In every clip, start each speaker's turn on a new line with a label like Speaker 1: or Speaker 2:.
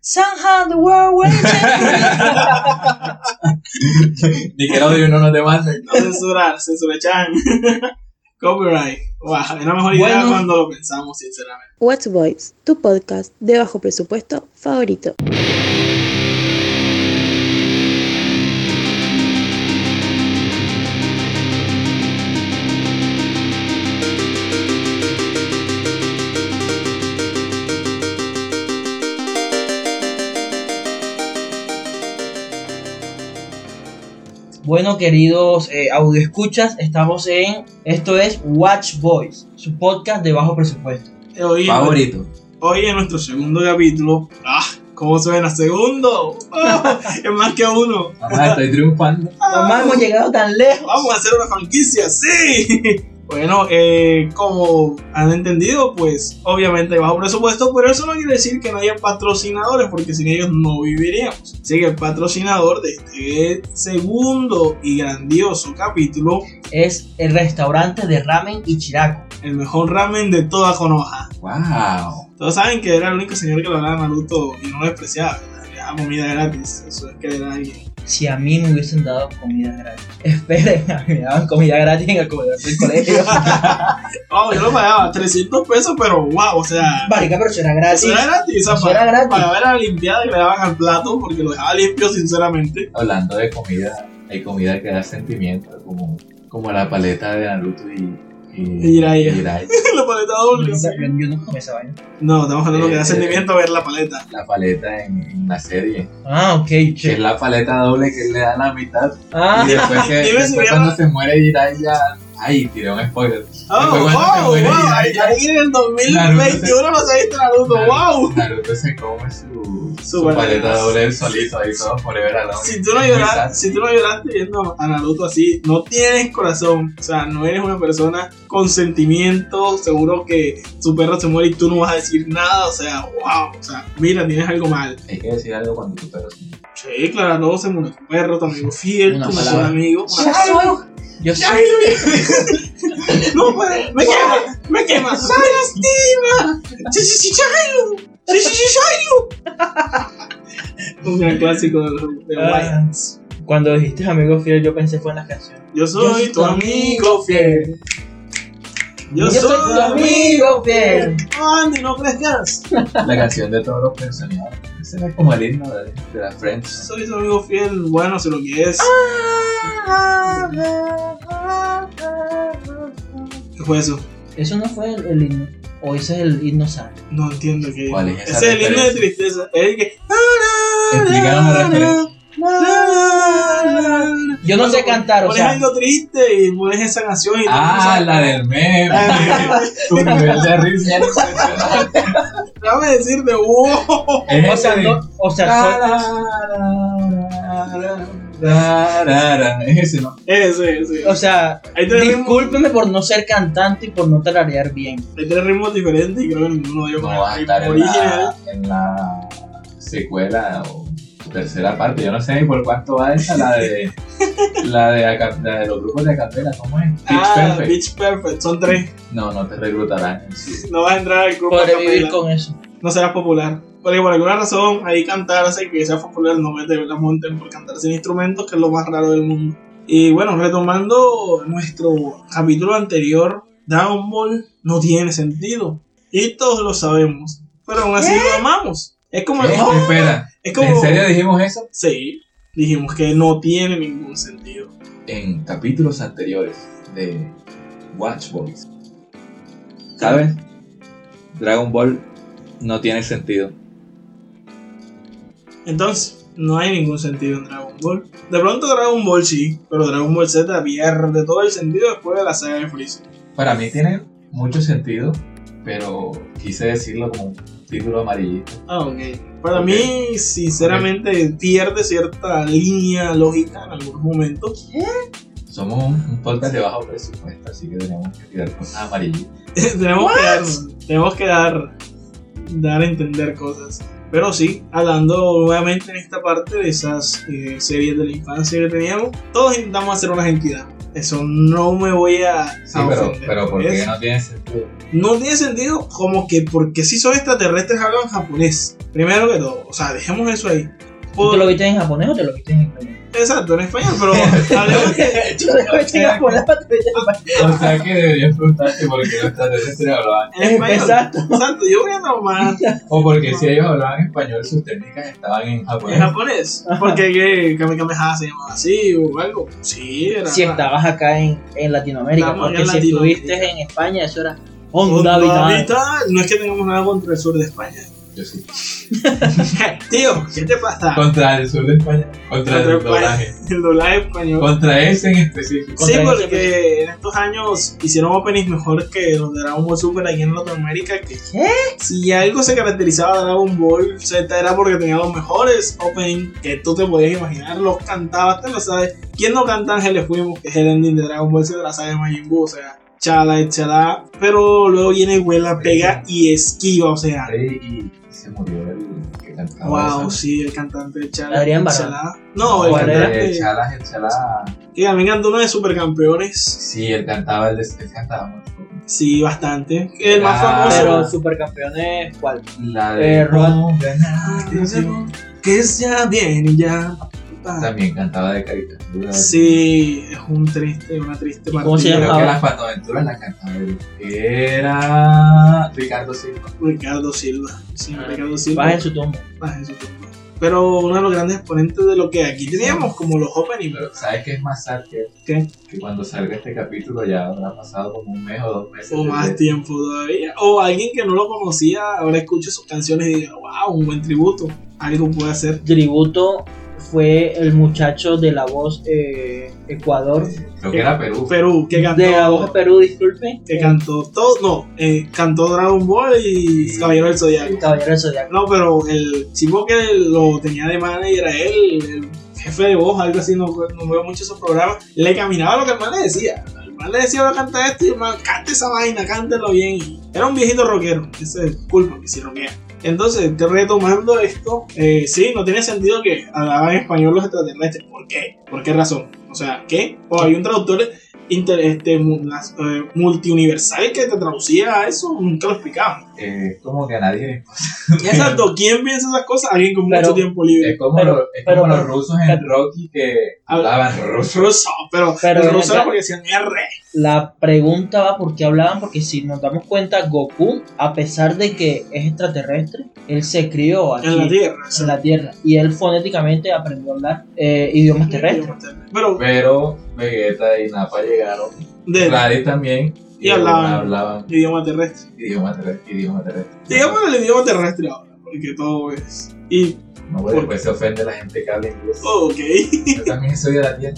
Speaker 1: Somehow the world will change.
Speaker 2: Nickelodeon no nos demanda.
Speaker 3: Censurar, censurachan. Copyright. Wow, era mejor idea bueno. cuando lo pensamos, sinceramente.
Speaker 1: What's Boys, tu podcast de bajo presupuesto favorito.
Speaker 4: Bueno, queridos eh, audioescuchas, estamos en. Esto es Watch Boys, su podcast de bajo presupuesto.
Speaker 3: Eh, Hoy
Speaker 2: Favorito.
Speaker 3: Hoy en nuestro segundo capítulo. ¡Ah! ¿Cómo suena? ¡Segundo! ¡Ah! es más que uno.
Speaker 2: Mamá, estoy triunfando.
Speaker 1: Ah.
Speaker 4: Mamá, hemos llegado tan lejos.
Speaker 3: Vamos a hacer una franquicia, sí. Bueno, eh, como han entendido, pues obviamente hay bajo presupuesto, pero eso no quiere decir que no haya patrocinadores, porque sin ellos no viviríamos. Así que el patrocinador de este segundo y grandioso capítulo
Speaker 4: es el restaurante de ramen Ichiraku.
Speaker 3: El mejor ramen de toda Konoha.
Speaker 2: ¡Wow!
Speaker 3: Todos saben que era el único señor que lo hablaba de Naruto y no lo despreciaba, Le daba comida gratis, eso es que era alguien
Speaker 4: si a mí me hubiesen dado comida gratis. Esperen, me daban comida gratis en el comedor del colegio.
Speaker 3: oh, yo lo pagaba 300 pesos, pero wow, o sea.
Speaker 4: Marica, pero eso era gratis.
Speaker 3: Eso era gratis, o sea,
Speaker 4: eso era gratis.
Speaker 3: Pagaba la limpiada que le daban al plato porque lo dejaba limpio, sinceramente.
Speaker 2: Hablando de comida, hay comida que da sentimiento, como, como la paleta de Naruto y.
Speaker 3: Y Jiraiya. la paleta doble.
Speaker 4: No, yo, yo no comí esa vaina.
Speaker 3: No, estamos hablando de eh, que da sentimiento ver la paleta.
Speaker 4: eh,
Speaker 2: La paleta en, en la serie.
Speaker 4: Ah, ok.
Speaker 2: Que che. es la paleta doble que le dan la mitad. Ah, y después, que, después si cuando era... se muere Jiraiya. Ay, tiré un spoiler.
Speaker 3: Oh, wow, oh, wow. Jiraiya, ahí en el 2021 no se viste Naruto, Naruto, wow.
Speaker 2: Naruto se come su, su, su paleta doble el solito ahí todo forever alone.
Speaker 3: Si tú no lloraste, si tú no lloraste viendo a Naruto así, no tienes corazón. O sea, no eres una persona con sentimiento, seguro que su perro se muere y tú no vas a decir nada, o sea, wow, o sea, mira, tienes algo mal.
Speaker 2: Hay que decir algo cuando tu perro se muere.
Speaker 3: Sí, claro, no, se murió tu perro, tu amigo fiel, tu mejor amigo.
Speaker 4: Yo soy...
Speaker 3: no puede, me quema, me quema, me lastima. Shilu, Shilu. Un gran clásico de los
Speaker 4: Ah.
Speaker 3: Lions.
Speaker 4: Cuando dijiste amigo fiel, yo pensé fue en las canciones.
Speaker 3: Yo soy tu amigo fiel.
Speaker 4: Yo, Yo, soy tu amigo fiel.
Speaker 3: Andy, no crezcas.
Speaker 2: La canción de todos los pensionados. Ese es como el himno de, de la Friends.
Speaker 3: Soy tu amigo fiel, bueno, si lo quieres. ¿Qué fue eso?
Speaker 4: Eso no fue el, el himno. O ese es el himno sad.
Speaker 3: No entiendo qué.
Speaker 2: ¿Cuál es
Speaker 3: ese es el himno de tristeza. Es el que.
Speaker 2: Explícanos la referencia.
Speaker 4: Yo no sé cantar, o sea.
Speaker 3: Pones algo triste y pones esa canción y
Speaker 2: Ah, la del meme.
Speaker 3: Ah.
Speaker 2: tu nivel de risa
Speaker 3: Déjame decirte, wow.
Speaker 4: O sea, no, o sea,
Speaker 2: Es ese, ¿no?
Speaker 3: Ese, ese.
Speaker 4: O sea, discúlpeme por no ser cantante y por no tararear bien.
Speaker 3: Hay tres ritmos diferentes y creo que ninguno de ellos
Speaker 2: no va a estar en
Speaker 3: ¿eh?
Speaker 2: la, en la secuela o tercera parte, yo no sé ni por cuánto va esa, la de la de, la de, la de los grupos de capela, ¿cómo es? Pitch
Speaker 3: ah, Perfect. Pitch Perfect, son tres.
Speaker 2: No, no te reclutarán.
Speaker 3: No vas a entrar al grupo
Speaker 4: Podré vivir con eso.
Speaker 3: No serás popular. Porque por alguna razón, ahí cantarse que sea popular no mete la monten por cantar sin instrumentos, que es lo más raro del mundo. Y bueno, retomando nuestro capítulo anterior, Dragon Ball no tiene sentido. Y todos lo sabemos. Pero aún así ¿Qué? lo amamos. Es como.
Speaker 2: ¿Qué?
Speaker 3: ¡Oh!
Speaker 2: Espera.
Speaker 3: Es como,
Speaker 2: ¿En serio dijimos eso?
Speaker 3: Sí, dijimos que no tiene ningún sentido.
Speaker 2: En capítulos anteriores de Watch Boys, ¿sabes? Dragon Ball no tiene sentido.
Speaker 3: Entonces, no hay ningún sentido en Dragon Ball. De pronto Dragon Ball sí, pero Dragon Ball Z pierde todo el sentido después de la saga de Freezer.
Speaker 2: Para mí tiene mucho sentido, pero quise decirlo como un título amarillito.
Speaker 3: Ah, ok. Para okay. mí, sinceramente, okay. pierde cierta línea lógica en algunos momentos.
Speaker 2: ¿Qué? Somos un, un podcast de bajo presupuesto, así que tenemos que tirar cosas amarillitas.
Speaker 3: tenemos, que dar, tenemos que dar, dar a entender cosas. Pero sí, hablando nuevamente en esta parte de esas eh, series de la infancia que teníamos, todos intentamos hacer una entidad. Eso no me voy a.
Speaker 2: Sí,
Speaker 3: a
Speaker 2: pero,
Speaker 3: ofender
Speaker 2: pero
Speaker 3: por
Speaker 2: porque
Speaker 3: eso.
Speaker 2: no tiene sentido.
Speaker 3: No tiene sentido como que porque si son extraterrestres hablan japonés. Primero que todo, o sea, dejemos eso ahí.
Speaker 4: ¿Tú
Speaker 3: Por-
Speaker 4: te lo viste en japonés o te lo viste en español?
Speaker 3: Exacto, en español, pero hablemos que.
Speaker 4: Yo te lo viste en japonés, te lo viste en español.
Speaker 2: O sea que deberías preguntarte por qué los extraterrestres hablaban.
Speaker 3: En español.
Speaker 4: Exacto.
Speaker 3: Exacto, yo voy a tomar
Speaker 2: O porque si ellos hablaban español, sus técnicas estaban en
Speaker 3: en
Speaker 2: japonés.
Speaker 3: japonés. Porque que Kame Kamehameha se llamaba así o algo. Sí, era.
Speaker 4: Si estabas acá en, en Latinoamérica,
Speaker 3: Estamos en
Speaker 4: porque si
Speaker 3: Latinoamérica.
Speaker 4: estuviste en España, eso era
Speaker 3: Onda
Speaker 4: Onda Vital.
Speaker 3: vital. No es que tengamos nada contra el sur de España.
Speaker 2: Yo sí.
Speaker 3: Tío, ¿qué te pasa?
Speaker 2: Contra el sur de España. Contra
Speaker 3: Contra
Speaker 2: el
Speaker 3: el
Speaker 2: doblaje.
Speaker 3: El doblaje español.
Speaker 2: Contra ese en específico.
Speaker 3: Sí,
Speaker 4: Contra
Speaker 3: porque en estos años hicieron openings mejor que los de Dragon Ball Super aquí en Latinoamérica. Que
Speaker 4: ¿Qué?
Speaker 3: Si algo se caracterizaba a Dragon Ball Z era porque tenía los mejores openings que tú te podías imaginar. Los cantabas, te lo sabes. ¿Quién no canta Ángeles Fuimos? Que es el ending de Dragon Ball Z de la saga de Majin Buu, o sea. Chala, y chala, pero luego viene Huela, pega y esquiva, o sea,
Speaker 2: Y, y se murió el que cantaba.
Speaker 3: wow,
Speaker 2: esa.
Speaker 3: sí, el cantante de Chala,
Speaker 4: Adrián
Speaker 3: y
Speaker 4: Barón.
Speaker 3: chala. No, el
Speaker 4: ¿Cuál
Speaker 2: Contra
Speaker 4: era? Eh,
Speaker 2: el
Speaker 3: cantante,
Speaker 2: Chala, el Chala.
Speaker 3: que también cantó uno de Supercampeones,
Speaker 2: Sí, él cantaba, él, él cantaba mucho.
Speaker 3: sí, bastante, el más
Speaker 2: Ah,
Speaker 3: famoso,
Speaker 4: Pero supercampeones, ¿cuál?
Speaker 2: La de.
Speaker 4: Eh, Rod-
Speaker 2: No, ganaste, sí.
Speaker 3: Que sea bien y ya.
Speaker 2: También cantaba de caricatura.
Speaker 3: Sí, es un triste, una triste partida.
Speaker 4: cómo se
Speaker 2: Creo
Speaker 4: llamaba?
Speaker 2: que las patoaventuras las cantaba él. Era. Ricardo Silva.
Speaker 3: Ricardo Silva. Sí,
Speaker 4: Ah,
Speaker 3: Ricardo Silva.
Speaker 4: Vas en su tumba.
Speaker 3: Baja en su tumba. Pero uno de los grandes exponentes de lo que aquí teníamos, como los openings.
Speaker 2: Pero, ¿sabes qué es más sad que
Speaker 3: ¿Qué?
Speaker 2: Que cuando salga este capítulo ya habrá pasado como un mes o dos meses.
Speaker 3: O más
Speaker 2: desde-
Speaker 3: tiempo todavía. O alguien que no lo conocía, ahora escucha sus canciones y diga, wow, un buen tributo. Algo puede hacer.
Speaker 4: Tributo fue el muchacho de la voz eh, Ecuador.
Speaker 2: Creo que era Perú.
Speaker 3: Perú, que cantó.
Speaker 4: De la voz de Perú, disculpe.
Speaker 3: Que cantó todo. No, eh, cantó Dragon Ball y Caballero del Zodiaco.
Speaker 4: Caballero del Zodiaco.
Speaker 3: No, pero el chico que lo tenía de manager era él, el jefe de voz, algo así, no, no veo mucho esos programas. Le caminaba lo que el man le decía. El man le decía, va a cantar esto y el man, cante esa vaina, cántelo bien. Y Era un viejito rockero, esa es culpa que si rockea. Entonces, te retomando esto, eh, sí, no tiene sentido que hablaban español los extraterrestres. ¿Por qué? ¿Por qué razón? O sea, ¿qué? O hay un traductor inter- este, mu- las- eh, multiuniversal que te traducía a eso, nunca lo explicaba.
Speaker 2: Eh, es como que a nadie le importa.
Speaker 3: Exacto, ¿quién piensa esas cosas? Alguien con
Speaker 4: Pero-
Speaker 3: mucho tiempo libre.
Speaker 2: Es como,
Speaker 4: Pero-
Speaker 2: los, es
Speaker 4: pero-
Speaker 2: como los rusos en
Speaker 4: pero-
Speaker 2: Rocky que hablaban ruso.
Speaker 3: Ruso, pero,
Speaker 4: Pero
Speaker 3: el ruso
Speaker 4: ven acá.
Speaker 3: era porque decían R.
Speaker 4: La pregunta va por qué hablaban, porque si nos damos cuenta, Goku, a pesar de que es extraterrestre, él se crió aquí
Speaker 3: En la tierra.
Speaker 4: en la Tierra, y él fonéticamente aprendió a hablar eh, idiomas terrestres.
Speaker 3: Pero
Speaker 2: Pero Vegeta y Nappa llegaron.
Speaker 3: de
Speaker 2: Raditz también.
Speaker 3: Y hablaban.
Speaker 2: hablaban
Speaker 3: idioma terrestre.
Speaker 2: idioma terrestre. Idioma terrestre.
Speaker 3: Digamos el idioma terrestre ahora, porque todo es. Y,
Speaker 2: No, porque después se ofende la gente que habla inglés.
Speaker 3: oh, ok.
Speaker 2: Yo también soy de la tierra.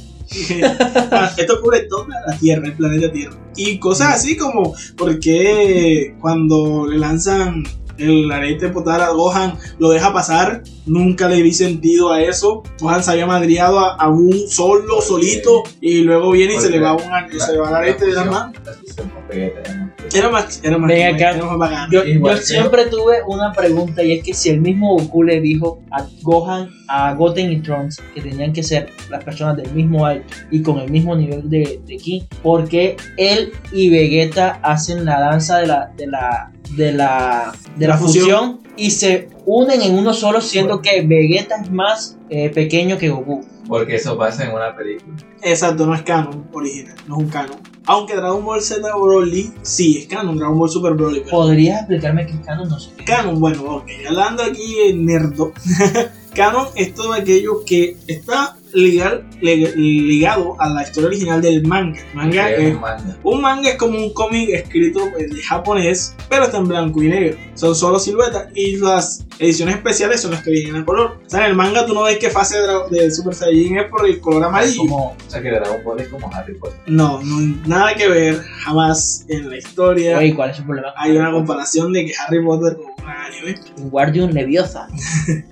Speaker 3: Ah, Esto cubre toda la tierra, el planeta Tierra. Y cosas así como, porque cuando le lanzan el arete potar a Gohan, lo deja pasar. Nunca le vi sentido a eso. Gohan se había madriado a, a Buu solo, solito. Y luego viene y se le va un, se le va el arete de la mano.
Speaker 2: La fusión con Vegeta era más-
Speaker 3: Era más, era más,
Speaker 4: Ven acá.
Speaker 3: era más bacán.
Speaker 4: Yo,
Speaker 2: Igual
Speaker 4: yo
Speaker 2: que-
Speaker 4: siempre tuve una pregunta, y es que si el mismo Goku le dijo a Gohan, a Goten y Trunks que tenían que ser las personas del mismo alto y con el mismo nivel de, de ki, ¿por qué él y Vegeta hacen la danza de la, de la, de la, de la
Speaker 3: La fusión.
Speaker 4: fusión y se unen en uno solo, siendo que Vegeta es más eh, pequeño que Goku?
Speaker 2: Porque eso pasa en una película.
Speaker 3: Exacto, no es canon original, no es un canon. Aunque Dragon Ball Z Broly sí es canon, Dragon Ball Super Broly, pero
Speaker 4: ¿Podrías explicarme qué es canon? No sé.
Speaker 3: canon, bueno, ok, hablando aquí en nerdo. canon es todo aquello que está legal, le- ligado a la historia original del manga. Manga
Speaker 2: Que
Speaker 3: es
Speaker 2: un manga.
Speaker 3: Un manga es como un cómic escrito en japonés, pero está en blanco y negro. Son solo siluetas y las ediciones especiales son las que vienen a color. O sea, en el manga tú no ves qué fase de, dra- de Super Saiyajin es por el color amarillo.
Speaker 4: Como,
Speaker 2: O sea que Dragon Ball es como Harry Potter.
Speaker 3: No, no, nada que ver, jamás en la historia.
Speaker 4: oye, ¿cuál es el problema?
Speaker 3: Hay una comparación de que Harry Potter con ¿eh? anime.
Speaker 4: Wingardium Leviosa.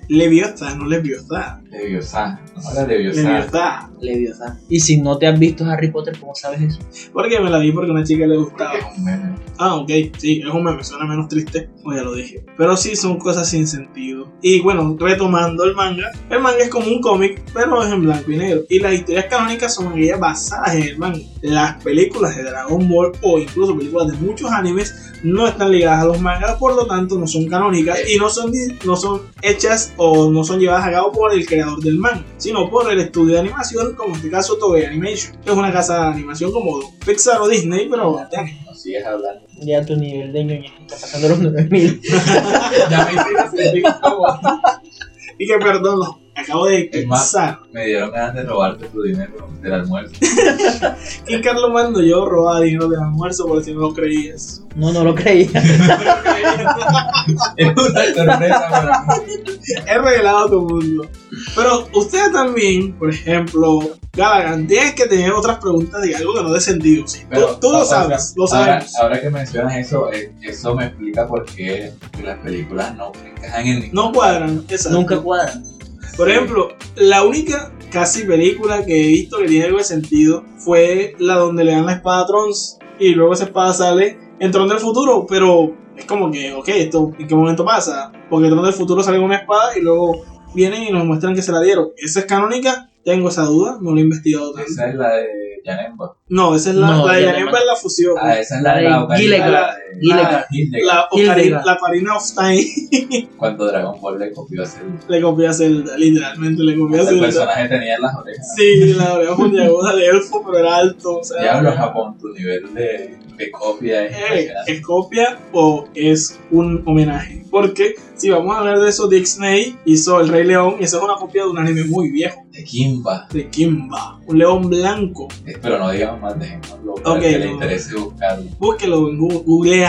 Speaker 3: Leviosa, no Leviosa.
Speaker 2: Leviosa. Ahora Leviosa.
Speaker 3: Leviosa.
Speaker 4: Leviosa. Y si no te han visto Harry Potter, ¿cómo sabes eso?
Speaker 3: Porque me la vi porque a una chica le gustaba.
Speaker 2: Es un meme.
Speaker 3: Ah, ok, sí, es un meme, suena menos triste, como ya lo dije. Pero sí, son cosas sin sentido. Y bueno, retomando el manga, el manga es como un cómic, pero es en blanco y negro. Y las historias canónicas son aquellas basadas en el manga. Las películas de Dragon Ball o incluso películas de muchos animes no están ligadas a los mangas, por lo tanto no son canónicas y no son, di- no son hechas o no son llevadas a cabo por el creador del manga, sino por el estudio de animación, como en este caso Toei Animation, que es una casa de animación como Pixar o Disney, pero de anime.
Speaker 2: No sigues hablando.
Speaker 4: Ya tu nivel de ñoñez está pasando los 9000.
Speaker 2: Ya me hiciste sentir como.
Speaker 3: Y que perdón, no, acabo de
Speaker 2: Es más.
Speaker 3: pensar.
Speaker 2: Me dieron ganas de robarte tu dinero del almuerzo.
Speaker 3: Y Carlos Mando yo robaba dinero del almuerzo por si no lo creías.
Speaker 4: No, no lo creía.
Speaker 2: Es una sorpresa para mí.
Speaker 3: He revelado a tu mundo. Pero ustedes también, por ejemplo, Galagan, tienes que tener otras preguntas de algo que no dé sentido. ¿sí? Tú-
Speaker 2: Pero,
Speaker 3: tú
Speaker 2: o-
Speaker 3: lo
Speaker 2: o sea,
Speaker 3: sabes, lo
Speaker 2: Ahora,
Speaker 3: sabemos.
Speaker 2: ahora que mencionas eso, eh, eso me explica por qué las películas no encajan en ningún
Speaker 3: No cuadran, exacto.
Speaker 4: Nunca cuadra.
Speaker 3: Por ejemplo, la única casi película que he visto que tiene algo de sentido fue la donde le dan la espada a Trons y luego esa espada sale en Tron del futuro, pero es como que, ok, esto en qué momento pasa, porque Tron del futuro sale con una espada y luego vienen y nos muestran que se la dieron. ¿Esa es canónica? Tengo esa duda, no lo he investigado tanto.
Speaker 2: Esa es la de Janemba.
Speaker 3: No, esa es la,
Speaker 4: No,
Speaker 3: la de
Speaker 4: ya
Speaker 3: Yanemba
Speaker 4: no.
Speaker 3: es la fusión.
Speaker 2: Ah, esa es
Speaker 4: La
Speaker 2: la
Speaker 4: de
Speaker 2: de la ocarina,
Speaker 4: Gilligan.
Speaker 2: la de-
Speaker 4: Gilligan.
Speaker 2: Ah, Gilligan,
Speaker 3: la,
Speaker 4: Hildegard.
Speaker 3: ocarina, la Farina of Time
Speaker 2: Cuando Dragon Ball le copió a Zelda.
Speaker 3: le copié a Zelda, literalmente le copié a
Speaker 2: El
Speaker 3: Zelda.
Speaker 2: personaje tenía las orejas.
Speaker 3: Sí, la oreja puntiaguda de elfo, pero era alto. O sea,
Speaker 2: Diablo, Japón, tu nivel de, de copia es
Speaker 3: eh,
Speaker 2: impresionante.
Speaker 3: ¿Es copia o es un homenaje? Porque si vamos a hablar de eso, Disney hizo El Rey León y esa es una copia de un anime muy viejo,
Speaker 2: De Kimba.
Speaker 3: de Kimba, un león blanco.
Speaker 2: Eh, Pero no digamos más, dejémoslo para
Speaker 3: Ok,
Speaker 2: que le
Speaker 3: no.
Speaker 2: interese buscarlo.
Speaker 3: Búsquelo, en Gu- googlealo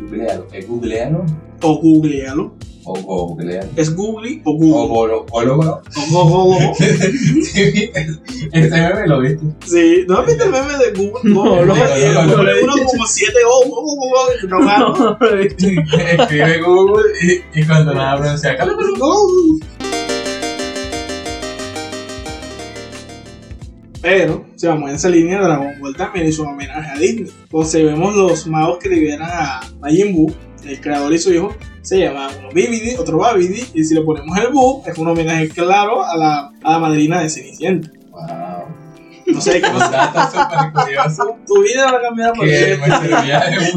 Speaker 2: Googlealo. ¿Es googlealo
Speaker 3: o googlealo.
Speaker 2: o go- googlealo?
Speaker 3: Es Google o
Speaker 2: O
Speaker 3: Google.
Speaker 2: bolo- bólogo.
Speaker 3: O go- go- go- go.
Speaker 2: Ese meme lo viste.
Speaker 3: Sí, ¿no viste el meme de Google?
Speaker 4: No,
Speaker 3: No,
Speaker 4: no,
Speaker 2: no, no.
Speaker 3: uno como siete o go- go- go- go, no, no, no.
Speaker 2: Escribe Google y, y cuando nada pronuncia "Calo, calo, calo".
Speaker 3: Pero, si vamos en esa línea, Dragon Ball también hizo un homenaje a Disney. Entonces vemos los magos que liberan a Majin Buu, el creador y su hijo, se llama uno Bibidi, otro Babidi, y si le ponemos el Buu, es un homenaje claro a la, a la madrina de Cenicienta.
Speaker 2: Wow.
Speaker 3: No sé qué
Speaker 2: Un dato súper curioso
Speaker 3: Tu vida va a cambiar por
Speaker 2: que me
Speaker 3: esto.
Speaker 2: servía de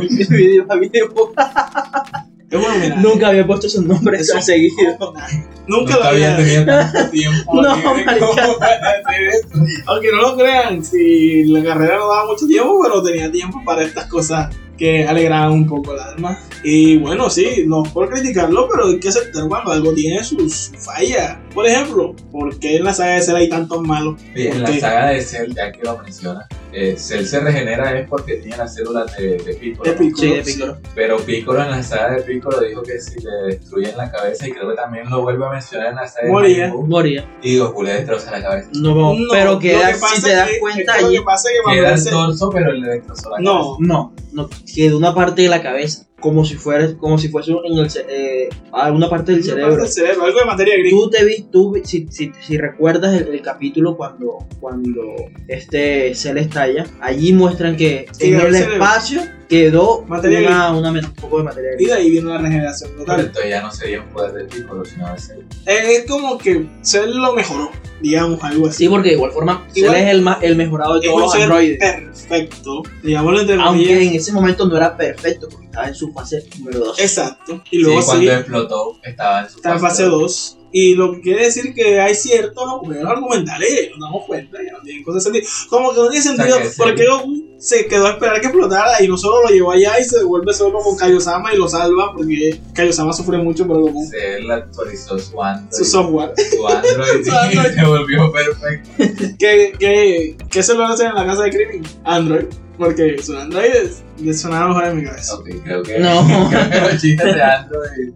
Speaker 2: mucho.
Speaker 3: Este Es un homenaje.
Speaker 4: Nunca había puesto sus nombres
Speaker 3: Es un
Speaker 4: tan seguido.
Speaker 3: homenaje. Nunca
Speaker 2: Nunca
Speaker 3: lo
Speaker 2: había
Speaker 3: había
Speaker 2: tenido tanto tiempo
Speaker 4: No,
Speaker 2: libre
Speaker 4: marica.
Speaker 2: como para hacer esto.
Speaker 3: Aunque no lo crean, si la carrera no daba mucho tiempo, pero tenía tiempo para estas cosas que alegraban un poco el alma. Y bueno, sí, no es por criticarlo, pero hay que aceptar cuando algo tiene sus su fallas. Por ejemplo, ¿por qué en la saga de Cell hay tantos malos?
Speaker 2: Oye, en la
Speaker 3: Ok.
Speaker 2: saga de Cell, ya que lo menciona, eh, Cell se regenera es porque tiene las células de, de Piccolo.
Speaker 3: De
Speaker 2: ¿no?
Speaker 3: Piccolo,
Speaker 4: Sí, de Piccolo.
Speaker 2: Pero Piccolo en la saga de Piccolo dijo que si le destruyen la cabeza, y creo que también lo vuelve a mencionar en la saga
Speaker 3: Moría.
Speaker 2: de Majin Buu,
Speaker 4: Moría.
Speaker 2: y Goku le destroza la cabeza.
Speaker 4: No,
Speaker 3: No,
Speaker 4: pero
Speaker 3: lo
Speaker 4: queda,
Speaker 3: pasa
Speaker 4: si
Speaker 3: es
Speaker 4: te das
Speaker 3: que-
Speaker 4: cuenta
Speaker 3: es que
Speaker 4: allí.
Speaker 3: Lo que pasa es que cuando
Speaker 2: Queda el
Speaker 3: ese-
Speaker 2: torso, pero le destrozó la cabeza.
Speaker 3: No,
Speaker 4: No, no, quedó una parte de la cabeza. Como si fuera, como si fuese en el, ce- eh, alguna parte del cerebro.
Speaker 3: el cerebro, algo de materia gris.
Speaker 4: Tú te viste, tú, vi- si, si- si recuerdas el, el capítulo cuando, cuando este Cell estalla, allí muestran que
Speaker 3: Sí,
Speaker 4: en
Speaker 3: a
Speaker 4: el
Speaker 3: veces le-
Speaker 4: espacio quedó
Speaker 3: Materia
Speaker 4: una, una men- un poco de materia
Speaker 3: Y
Speaker 4: gris.
Speaker 3: de ahí viene la regeneración
Speaker 2: Pero
Speaker 3: total.
Speaker 2: entonces ya no sería un poder de Piccolo, sino de Cell.
Speaker 3: Es como que Cell lo mejoró, digamos, algo así.
Speaker 4: Sí, porque de igual forma
Speaker 3: Igual-
Speaker 4: Cell es el, ma- el mejorado de
Speaker 3: es
Speaker 4: todos
Speaker 3: un
Speaker 4: los
Speaker 3: ser
Speaker 4: androides.
Speaker 3: perfecto, digámoslo entre comillas.
Speaker 4: Aunque en ese momento no era perfecto porque estaba en su fase número 2.
Speaker 3: Exacto. Y luego
Speaker 2: sí,
Speaker 3: sí,
Speaker 2: cuando explotó, estaba en su
Speaker 3: está en fase 2. Y lo que quiere decir que hay ciertos agujeros argumentales y nos damos cuenta, ya no tienen cosas de sentido. Como que no tiene
Speaker 2: sea,
Speaker 3: sentido
Speaker 2: que sí.
Speaker 3: porque Goku se quedó a esperar que explotara y no solo lo llevó allá y se devuelve solo con Kaiosama y lo salva porque Kaiosama sufre mucho pero Goku
Speaker 2: Cell actualizó su Android.
Speaker 3: su software.
Speaker 2: Su Android
Speaker 3: Su Android.
Speaker 2: y se volvió perfecto.
Speaker 3: ¿Qué, qué, qué se lo hacen en la casa de Krillin? Android. Porque su Android es- le sonaba mejor en mi cabeza.
Speaker 2: Ok, creo que.
Speaker 4: No.
Speaker 2: Creo que los chistes de Android.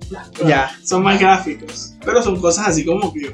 Speaker 4: Ya.
Speaker 3: Son más gráficos. Pero son cosas así como que.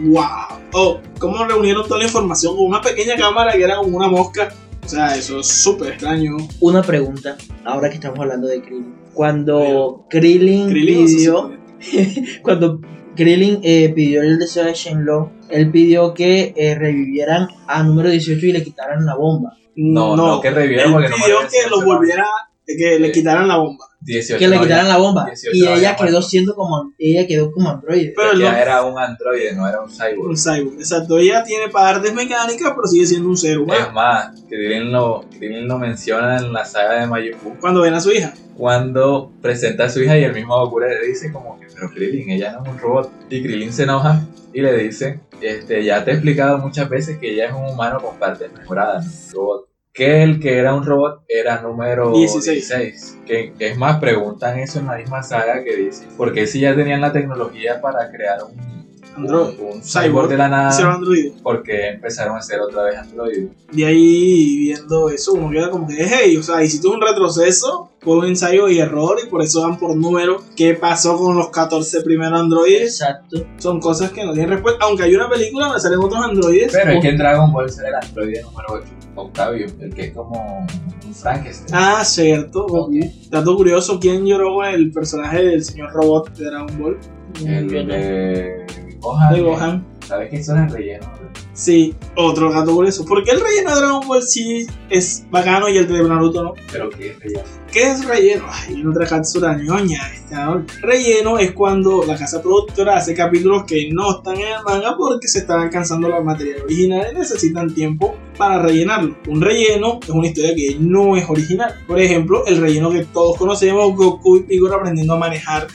Speaker 3: ¡Wow! Oh, cómo reunieron toda la información con una pequeña cámara que era como una mosca O sea, eso es súper extraño.
Speaker 4: Una pregunta, ahora que estamos hablando de Krillin. Cuando Krillin,
Speaker 3: Krillin, no sé si
Speaker 4: pidió, cuando Krillin eh, pidió el deseo de Shenlong, él pidió que eh, revivieran a número 18 y le quitaran la bomba.
Speaker 2: No, no, que
Speaker 3: Él
Speaker 2: revivieron porque no
Speaker 3: pidió
Speaker 2: me
Speaker 3: que
Speaker 2: parece
Speaker 3: lo
Speaker 2: mal.
Speaker 3: volviera, que le
Speaker 2: Sí.
Speaker 3: quitaran la bomba.
Speaker 2: 18
Speaker 4: que le
Speaker 2: no,
Speaker 4: quitaran
Speaker 2: ya-
Speaker 4: la bomba.
Speaker 2: 18
Speaker 4: Y
Speaker 2: no
Speaker 4: ella
Speaker 2: había
Speaker 4: quedó
Speaker 2: muerto.
Speaker 4: siendo como ella quedó como androide.
Speaker 3: Pero él no-
Speaker 2: Ya era un androide, no era un cyborg.
Speaker 3: un cyborg. Exacto, ella tiene partes mecánicas, pero sigue siendo un ser humano.
Speaker 2: Es más, Krillin lo, Krillin lo menciona en la saga de Mayuku
Speaker 3: Cuando ven a su hija.
Speaker 2: cuando presenta a su hija y el mismo Goku le dice como que, pero Krillin, ella no es un robot. Y Krillin se enoja y le dice, este, ya te he explicado muchas veces que ella es un humano con partes mejoradas, no es un robot. Que el que era un robot era número
Speaker 3: 16.
Speaker 2: 16. Que, que es más, preguntan eso en la misma saga que dice, porque si ya tenían la tecnología para crear un,
Speaker 3: Android.
Speaker 2: un, un
Speaker 3: Cyborg.
Speaker 2: cyborg de la
Speaker 3: Hicieron
Speaker 2: nada,
Speaker 3: androide.
Speaker 2: porque empezaron a ser otra vez androides.
Speaker 3: Y ahí viendo eso, uno queda como que, hey, o sea, hiciste un retroceso por un ensayo y error y por eso van por número. ¿Qué pasó con los 14 primeros androides?
Speaker 4: Exacto.
Speaker 3: Son cosas que no tienen respuesta. Aunque hay una película donde salen otros androides.
Speaker 2: Pero es que en Dragon Ball será el androide número 8, Octavio, el que es como un Frankenstein.
Speaker 3: Ah, cierto.
Speaker 4: Ok.
Speaker 3: Dato curioso, ¿quién lloró con el personaje del señor robot de Dragon Ball?
Speaker 2: El
Speaker 4: Yo no.
Speaker 2: de Gohan.
Speaker 3: eh.
Speaker 2: eh.
Speaker 3: De Gohan.
Speaker 2: ¿Sabes quién son el relleno?
Speaker 3: Sí, otro dato curioso. ¿Por qué el relleno de Dragon Ball sí es bacano y el de Naruto no?
Speaker 2: Pero que es relleno.
Speaker 3: ¿Qué es relleno? Ay, otra cápsula ñoña. esta. Relleno es cuando la casa productora hace capítulos que no están en el manga porque se están alcanzando la materia original y necesitan tiempo para rellenarlo. Un relleno es una historia que no es original. Por ejemplo, el relleno que todos conocemos, Goku y Picoro aprendiendo a manejar.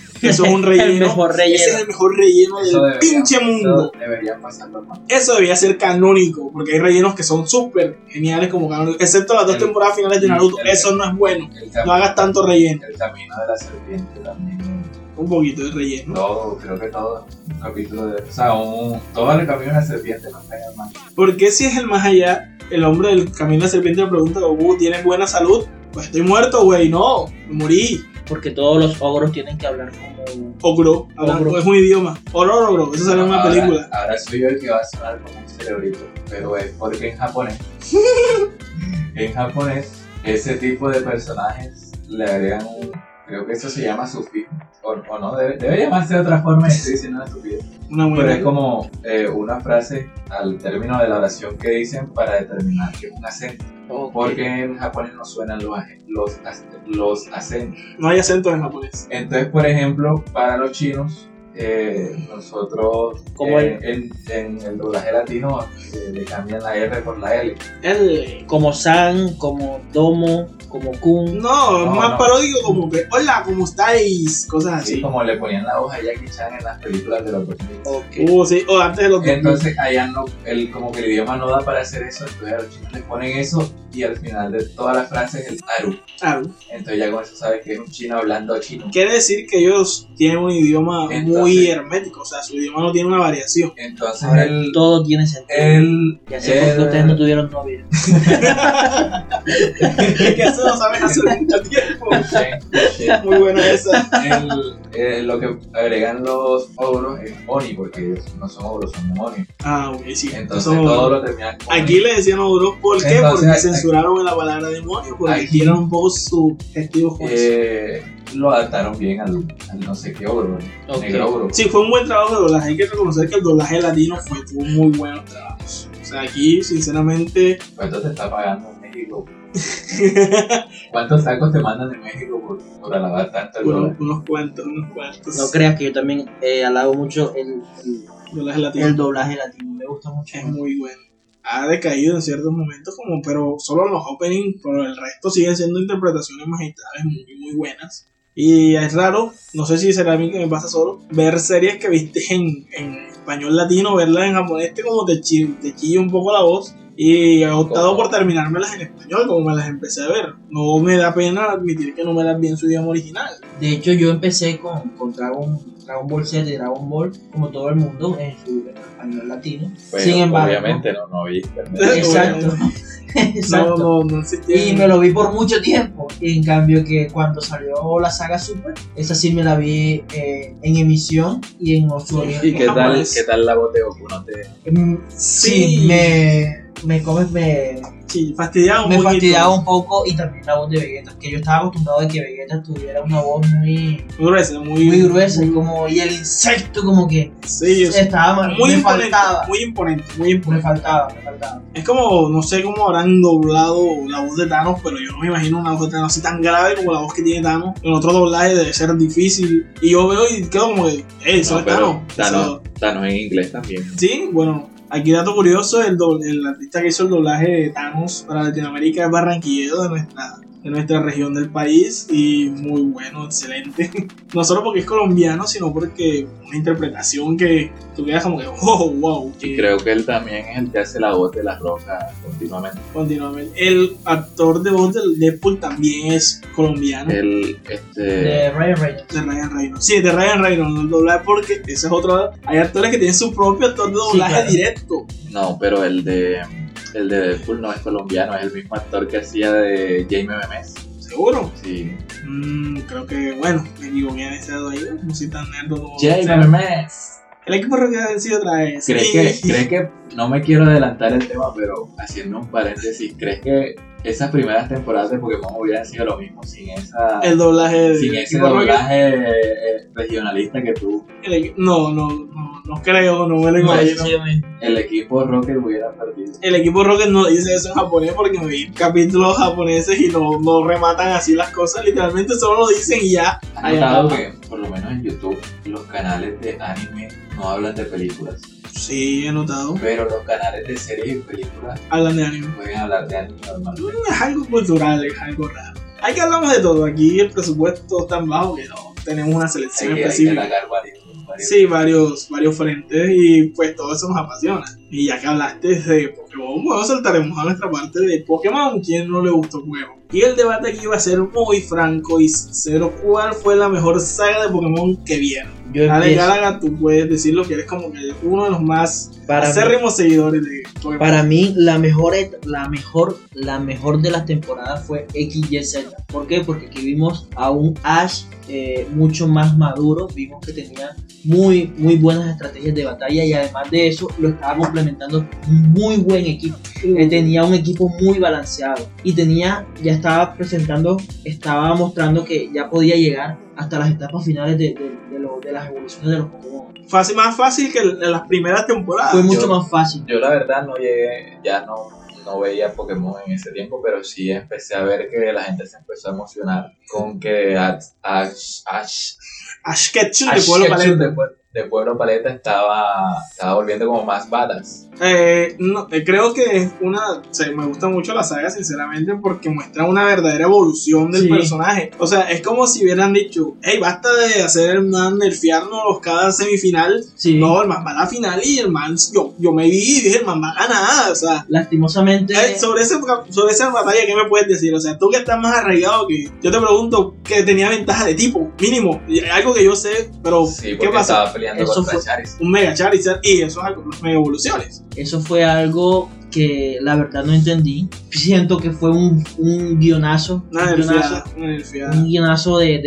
Speaker 3: Eso es un relleno.
Speaker 4: El mejor
Speaker 3: Ese es
Speaker 4: relleno.
Speaker 3: el mejor relleno
Speaker 2: Eso
Speaker 3: del
Speaker 2: debería,
Speaker 3: pinche
Speaker 2: eso
Speaker 3: mundo.
Speaker 2: debería pasar por más.
Speaker 3: Eso debería ser canónico, porque hay rellenos que son súper geniales como canónicos, excepto las dos
Speaker 2: El-
Speaker 3: temporadas finales de Naruto.
Speaker 2: el-
Speaker 3: Eso no es bueno.
Speaker 2: El
Speaker 3: No hagas tanto relleno.
Speaker 2: El camino de la serpiente también.
Speaker 3: Un poquito de relleno.
Speaker 2: Todo, creo que todo. Un capítulo de. O sea, un, todo el camino de la serpiente no está en el manga.
Speaker 3: ¿Por qué si es el más allá, el hombre del camino de la serpiente le pregunta, Goku, ¿tienes buena salud? Pues estoy muerto, güey, no, morí.
Speaker 4: Porque todos los ogros tienen que hablar como
Speaker 3: Ogro,
Speaker 2: Ah,
Speaker 3: hablando,
Speaker 4: Ogro.
Speaker 3: es un idioma. Horror, ogro, eso sale en una
Speaker 2: Ahora-
Speaker 3: película.
Speaker 2: Ahora soy yo el que va a sonar como un cerebrito. Pero es porque en japonés. en japonés, ese tipo de personajes le agregan un. Creo que eso se llama sufijo. O, o no, debe, debe llamarse de otra forma y estoy diciendo una estupidez.
Speaker 3: Una
Speaker 2: Pero es
Speaker 3: mujer.
Speaker 2: como eh, una frase al término de la oración que dicen para determinar que es un acento. Porque en japonés no suenan los, aje- los, ac- los acentos.
Speaker 3: No hay acento en japonés.
Speaker 2: Entonces, por ejemplo, para los chinos, eh, nosotros
Speaker 4: Como
Speaker 2: eh, en, en el doblaje latino eh, le cambian la R por la L.
Speaker 3: El-
Speaker 4: como San, como Domo, como Kun.
Speaker 3: No, es
Speaker 2: No,
Speaker 3: más
Speaker 2: no.
Speaker 3: paródico como que, hola, ¿cómo estáis?
Speaker 4: Ah,
Speaker 3: Cosas
Speaker 2: Así
Speaker 3: así.
Speaker 2: como le ponían la hoja a Jackie Chan en las películas de los 2000.
Speaker 4: Ok.
Speaker 3: Uh, sí, o antes de los dos.
Speaker 2: Entonces allá no, el, como que el idioma no da para hacer eso, entonces a los chinos les ponen eso y al final de todas las frases el aru.
Speaker 3: Ah,
Speaker 2: Entonces ya con eso sabes que es un chino hablando chino.
Speaker 3: quiere decir que ellos tienen un idioma muy
Speaker 2: Entonces-
Speaker 3: hermético, o sea, su idioma no tiene una variación.
Speaker 2: Entonces
Speaker 4: Ahora
Speaker 2: él...
Speaker 4: todo tiene sentido.
Speaker 2: él
Speaker 4: ya sé por qué
Speaker 2: él-
Speaker 4: ustedes no tuvieron novia.
Speaker 3: que eso lo saben hace mucho tiempo. Muy buena esa.
Speaker 2: él- eh, lo que agregan los ogros es oni, porque ellos no son ogros, son oni.
Speaker 3: Ah, ok, sí.
Speaker 2: Entonces
Speaker 3: Somos-
Speaker 2: todo lo terminan con
Speaker 3: Aquí le decían ogro, ¿por qué?
Speaker 2: Entonces,
Speaker 3: porque
Speaker 2: aquí-
Speaker 3: censuraron la palabra demonio, porque
Speaker 2: aquí-
Speaker 3: aquí era un poco subjetivo. con eso.
Speaker 2: Eh, lo adaptaron bien al, al no sé qué ogro,
Speaker 4: Ok.
Speaker 2: negro ogro.
Speaker 3: Sí, fue un buen trabajo de doblaje. Hay que reconocer que el doblaje latino fue tuvo muy buenos trabajos. O sea, aquí, sinceramente,
Speaker 2: ¿Cuánto te está pagando en México? ¿Cuántos sacos te mandan de México por, por alabar tanto el
Speaker 3: bueno,
Speaker 2: dólar?
Speaker 3: unos cuantos, unos cuantos.
Speaker 4: No creas que yo también eh, alabo mucho el, el,
Speaker 3: doblaje latino
Speaker 4: el doblaje latino. Me gusta mucho.
Speaker 3: es muy bueno. Ha decaído en ciertos momentos, como, pero solo en los openings, pero el resto siguen siendo interpretaciones magistrales muy, muy buenas. Y es raro, no sé si será a mí que me pasa solo, ver series que viste en, en español latino, verlas en japonés, que como te, chi- te chilla un poco la voz. Y he optado por terminármelas en español, como me las empecé a ver. No me da pena admitir que no me las vi en su idioma original.
Speaker 4: De hecho, yo empecé con, con Dragon, Dragon Ball Z, Dragon Ball, como todo el mundo, en su en español latino. Sin embargo.
Speaker 2: Obviamente no, no vi internet.
Speaker 4: Exacto. Exacto.
Speaker 3: No, no, no existía.
Speaker 4: Y me lo vi por mucho tiempo. En cambio que cuando salió la saga Super, esa sí me la vi eh, en emisión y en su
Speaker 2: ¿Y qué tal,
Speaker 3: Japonés. Mm,
Speaker 2: qué tal la voz de Goku? ¿No te,
Speaker 4: Mm, Sí,
Speaker 3: Sí.
Speaker 4: me, me comes, me,
Speaker 3: sí, fastidiaba un
Speaker 4: me
Speaker 3: poquito.
Speaker 4: fastidiaba un poco y también la voz de Vegeta, que yo estaba acostumbrado a que Vegeta tuviera una voz muy,
Speaker 3: Muy gruesa, muy,
Speaker 4: muy gruesa y como y el insecto como que
Speaker 3: Sí, yo sé.
Speaker 4: estaba mal,
Speaker 3: muy
Speaker 4: me
Speaker 3: imponente,
Speaker 4: faltaba,
Speaker 3: muy imponente, muy
Speaker 4: me
Speaker 3: imponente.
Speaker 4: faltaba, me faltaba.
Speaker 3: Es como, no sé cómo habrán doblado la voz de Thanos, pero yo no me imagino una voz de Thanos así tan grave como la voz que tiene Thanos. En otro doblaje debe ser difícil. Y yo veo y quedo como que, hey,
Speaker 2: No,
Speaker 3: ¿sabes
Speaker 2: pero
Speaker 3: Thanos?
Speaker 2: Thanos, Thanos en inglés también.
Speaker 3: Sí, bueno, aquí dato curioso, el, doble- el artista que hizo el doblaje de Thanos para Latinoamérica es barranquillero de nuestra, de nuestra región del país y muy bueno, excelente. No solo porque es colombiano, sino porque una interpretación que tú quedas como que, wow, wow,
Speaker 2: Y
Speaker 3: que
Speaker 2: creo que él también es el que hace la voz de las rocas continuamente.
Speaker 3: continuamente. El actor de voz del Deadpool también es colombiano.
Speaker 2: Él, este.
Speaker 4: De Ryan Reynolds.
Speaker 3: de Ryan Reynolds. Sí, de Ryan Reynolds, no el doblaje porque ese es otro. Hay actores que tienen su propio actor de doblaje
Speaker 4: claro.
Speaker 3: directo.
Speaker 2: No, pero el de. El de Deadpool no es colombiano, es el mismo actor que hacía de Jaime Memes.
Speaker 3: Seguro.
Speaker 2: Sí.
Speaker 3: Mm, creo que, bueno, me equivoqué en ese dedo ahí, no soy tan nerd como...
Speaker 2: Jaime Memes.
Speaker 3: El equipo que ha sido otra vez.
Speaker 2: ¿Crees que, ¿Crees que.? No me quiero adelantar el tema, pero haciendo un paréntesis, ¿crees que esas primeras temporadas de Pokémon hubieran sido lo mismo sin esa.
Speaker 3: El doblaje de...
Speaker 2: sin ese
Speaker 3: Kid Rock?
Speaker 2: doblaje eh, regionalista que tú
Speaker 3: El equi- No, no, no, no creo, no me lo
Speaker 2: No,
Speaker 3: imagino.
Speaker 2: sí, el equipo Rocket hubiera perdido.
Speaker 3: El equipo Rocket no dice eso en japonés porque me vi capítulos japoneses y no, no rematan así las cosas, literalmente solo lo dicen y ya.
Speaker 2: ¿Has
Speaker 3: Ahí
Speaker 2: notado
Speaker 3: acaba.
Speaker 2: que, por lo menos en YouTube, los canales de anime no hablan de películas,
Speaker 3: Sí, he notado.
Speaker 2: pero los canales de series y películas
Speaker 3: Hablan de anime.
Speaker 2: pueden hablar de anime normalmente.
Speaker 3: Es algo cultural, es algo raro. Hay que hablamos de todo, aquí el presupuesto es tan bajo que no tenemos una
Speaker 2: Hay
Speaker 3: selección
Speaker 2: que, hay que
Speaker 3: específica.
Speaker 2: largar varios. varios.
Speaker 3: Sí, varios, varios frentes y pues todo eso nos apasiona. Y ya que hablaste de Pokémon, bueno, saltaremos a nuestra parte de Pokémon, quien no le gustó el juego. Y el debate aquí iba a ser muy franco y sincero, ¿cuál fue la mejor saga de Pokémon que vieron?
Speaker 4: Yo
Speaker 3: Dale
Speaker 4: empiezo.
Speaker 3: Galaga, tú puedes decirlo que eres como que uno de los más
Speaker 4: Para mí-
Speaker 3: acérrimos seguidores de Pokémon.
Speaker 4: Para mí, la mejor, et- la mejor, la mejor de las temporadas fue XYZ. ¿Por qué? Porque aquí vimos a un Ash eh, mucho más maduro. Vimos que tenía muy, muy buenas estrategias de batalla y además de eso lo estaba complementando un muy buen equipo. Eh, tenía un equipo muy balanceado y tenía, ya estaba presentando, estaba mostrando que ya podía llegar hasta las etapas finales de, de- de lo- de las evoluciones de los Pokémon.
Speaker 3: Fácil, más fácil que en las primeras temporadas.
Speaker 4: Fue mucho
Speaker 2: yo-
Speaker 4: más fácil.
Speaker 2: Yo la verdad no llegué, ya no, no veía Pokémon en ese tiempo, pero sí empecé a ver que la gente se empezó a emocionar con que Ash, Ash, Ash
Speaker 3: Ash Ketchum de
Speaker 2: Ash
Speaker 3: Pueblo
Speaker 2: Ketchum
Speaker 3: Paleta.
Speaker 2: de, Pue- de Pueblo Paleta estaba, estaba volviendo como más badass.
Speaker 3: Eh, no, eh, creo que es una. o sea, me gusta mucho la saga, sinceramente, porque muestra una verdadera evolución del
Speaker 4: Sí.
Speaker 3: personaje. O sea, es como si hubieran dicho: Hey, basta de hacer el man nerfearnos cada semifinal.
Speaker 4: Sí.
Speaker 3: No, el man va a la final y el man. Yo, yo me vi y dije: El man va a ganar. O sea,
Speaker 4: Lastimosamente.
Speaker 3: eh, sobre, ese- sobre esa batalla, ¿qué me puedes decir? O sea, tú que estás más arraigado que. Yo te pregunto: que tenía ventaja de tipo? Mínimo. Y Algo que yo sé, pero.
Speaker 2: Sí,
Speaker 3: Oh, ¿Qué
Speaker 2: porque
Speaker 3: pasa?
Speaker 2: estaba peleando
Speaker 4: Eso
Speaker 2: contra
Speaker 4: fue-
Speaker 2: Charizard.
Speaker 3: Un Mega Charizard y eso es algo, las mega evoluciones.
Speaker 4: Eso fue algo que la verdad no entendí. Siento que fue un, un guionazo.
Speaker 3: Una
Speaker 4: un guionazo,
Speaker 3: nerfeada, una nerfeada.
Speaker 4: un guionazo de, de-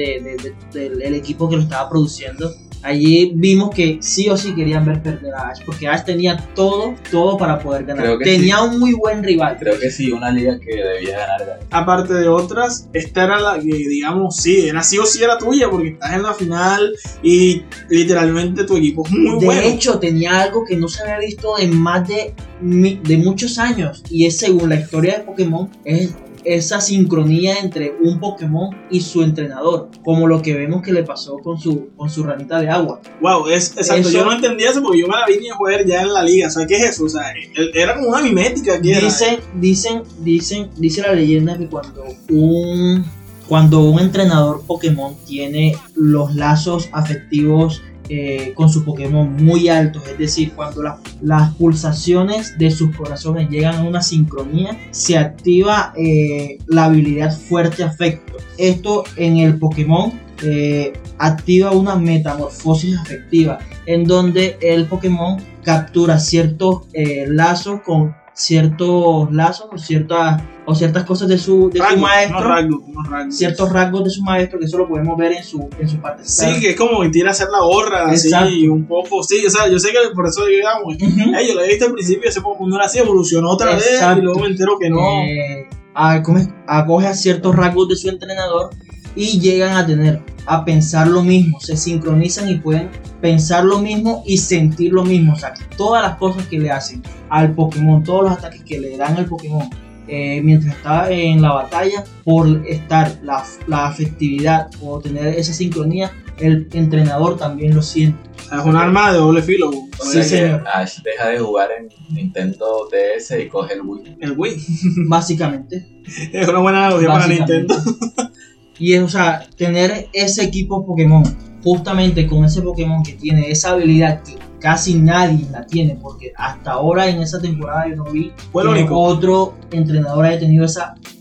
Speaker 4: de- de- del el equipo que lo estaba produciendo. Allí vimos que sí o sí querían ver perder a Ash, porque Ash tenía todo, todo para poder ganar.
Speaker 2: Creo que
Speaker 4: Tenía un muy buen rival.
Speaker 2: Creo que sí, una liga que debía ganar. era-
Speaker 3: aparte de otras, esta era la que, digamos, sí, era sí o sí era tuya, porque estás en la final y literalmente tu equipo es muy
Speaker 4: de
Speaker 3: bueno.
Speaker 4: hecho, tenía algo que no se había visto en más de, mi- de muchos años. Y es según la historia de Pokémon, es esa sincronía entre un Pokémon y su entrenador. Como lo que vemos que le pasó con su, con su ranita de agua.
Speaker 3: Wow, es exacto.
Speaker 4: Eso-
Speaker 3: Yo no entendía eso porque yo me la vine a jugar ya en la liga. O sea, ¿qué es eso? O sea, el- era como una mimética que era.
Speaker 4: Dicen, dicen, dicen, dice la leyenda que cuando un, cuando un entrenador Pokémon tiene los lazos afectivos eh, con su Pokémon muy altos, es decir, cuando la- las pulsaciones de sus corazones llegan a una sincronía, se activa eh, la habilidad fuerte afecto. Esto en el Pokémon eh, activa una metamorfosis afectiva, en donde el Pokémon captura ciertos eh, lazos con ciertos lazos o ciertas, o ciertas cosas de su, de su
Speaker 3: Rasgos,
Speaker 4: maestro,
Speaker 3: unos rasgos, unos rasgos.
Speaker 4: ciertos rasgos de su maestro, que eso lo podemos ver en su, en su parte.
Speaker 3: Sí, que es como que tira a hacer la gorra, así,
Speaker 4: Exacto.
Speaker 3: un poco. Sí, o sea, yo sé que por eso digamos,
Speaker 4: Ujú.
Speaker 3: eh, yo lo he visto al principio, ese poco no era así, evolucionó otra vez,
Speaker 4: Exacto.
Speaker 3: y luego me entero que no.
Speaker 4: eh, a- ¿cómo es? acoge a ciertos rasgos de su entrenador y llegan a tener, a pensar lo mismo, se sincronizan y pueden pensar lo mismo y sentir lo mismo. O sea, todas las cosas que le hacen al Pokémon, todos los ataques que le dan al Pokémon eh, mientras está en la batalla, por estar la, la afectividad o tener esa sincronía, el entrenador también lo siente.
Speaker 3: O sea, es un arma de doble filo,
Speaker 4: Sí,
Speaker 2: Ahora que
Speaker 4: señor.
Speaker 2: Ash deja de jugar en Nintendo DS y coge el Wii.
Speaker 3: el Wii.
Speaker 4: Básicamente.
Speaker 3: Es una buena analogía para
Speaker 4: Básicamente.
Speaker 3: Nintendo.
Speaker 4: Y es, o sea, tener ese equipo Pokémon, justamente con ese Pokémon que tiene esa habilidad que casi nadie la tiene, porque hasta ahora en esa temporada yo no vi
Speaker 3: Fue lo
Speaker 4: que
Speaker 3: único.
Speaker 4: otro entrenador haya tenido ese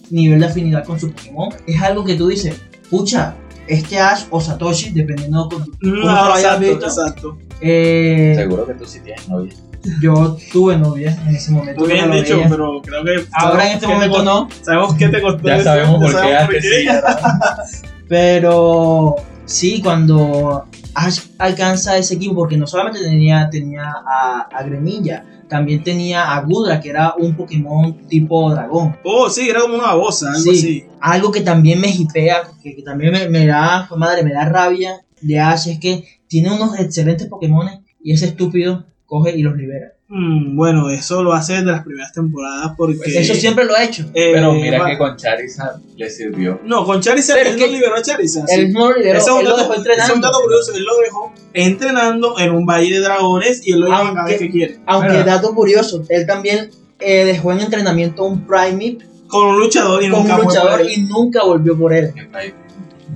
Speaker 4: nivel de afinidad con su Pokémon. Es algo que tú dices, pucha, este Ash o Satoshi, dependiendo con tu-
Speaker 3: No,
Speaker 4: lo hayas
Speaker 3: exacto,
Speaker 4: visto?
Speaker 3: exacto.
Speaker 4: Eh,
Speaker 2: Seguro que tú sí tienes novia.
Speaker 4: yo tuve novia en ese momento.
Speaker 3: Muy bien
Speaker 4: pero lo
Speaker 3: dicho,
Speaker 4: veía.
Speaker 3: pero creo que.
Speaker 4: Ahora en este
Speaker 3: ¿qué te
Speaker 4: momento
Speaker 3: costó?
Speaker 4: no,
Speaker 3: Sabemos qué te costó.
Speaker 2: Ya
Speaker 3: eso,
Speaker 2: sabemos por qué
Speaker 3: sabemos
Speaker 2: Ash sí era-
Speaker 4: Pero sí, cuando Ash alcanza ese equipo, porque no solamente tenía, tenía a, a Gremilla, también tenía a Gudra, que era un Pokémon tipo dragón.
Speaker 3: Oh, sí, era como una babosa, algo
Speaker 4: Sí.
Speaker 3: así.
Speaker 4: Algo que también me hipea, que, que también me, me da, fue madre, me da rabia de Ash, es que tiene unos excelentes Pokémon y ese estúpido coge y los libera.
Speaker 3: Mm, bueno, eso lo hace desde las primeras temporadas porque.
Speaker 4: Eso siempre lo ha hecho.
Speaker 3: eh,
Speaker 2: Pero mira
Speaker 3: va-
Speaker 2: que con Charizard le sirvió.
Speaker 3: No, con Charizard
Speaker 4: Pero
Speaker 3: él
Speaker 4: es
Speaker 3: no
Speaker 4: que-
Speaker 3: liberó a Charizard. sí.
Speaker 4: Él no lo liberó,
Speaker 3: Eso es un
Speaker 4: él lo
Speaker 3: dato-
Speaker 4: dejó
Speaker 3: eso es un dato
Speaker 4: entrenando.
Speaker 3: curioso. Él lo dejó entrenando en un valle de dragones y él lo llama cada vez
Speaker 4: Aunque-
Speaker 3: que quiere.
Speaker 4: Aunque
Speaker 2: Bueno.
Speaker 4: dato curioso, él también eh, dejó en entrenamiento un Primeape
Speaker 3: Con un luchador y
Speaker 4: con
Speaker 3: nunca
Speaker 4: un
Speaker 3: fue por
Speaker 4: luchador
Speaker 3: él.
Speaker 4: y nunca volvió por él.
Speaker 2: Que Pai-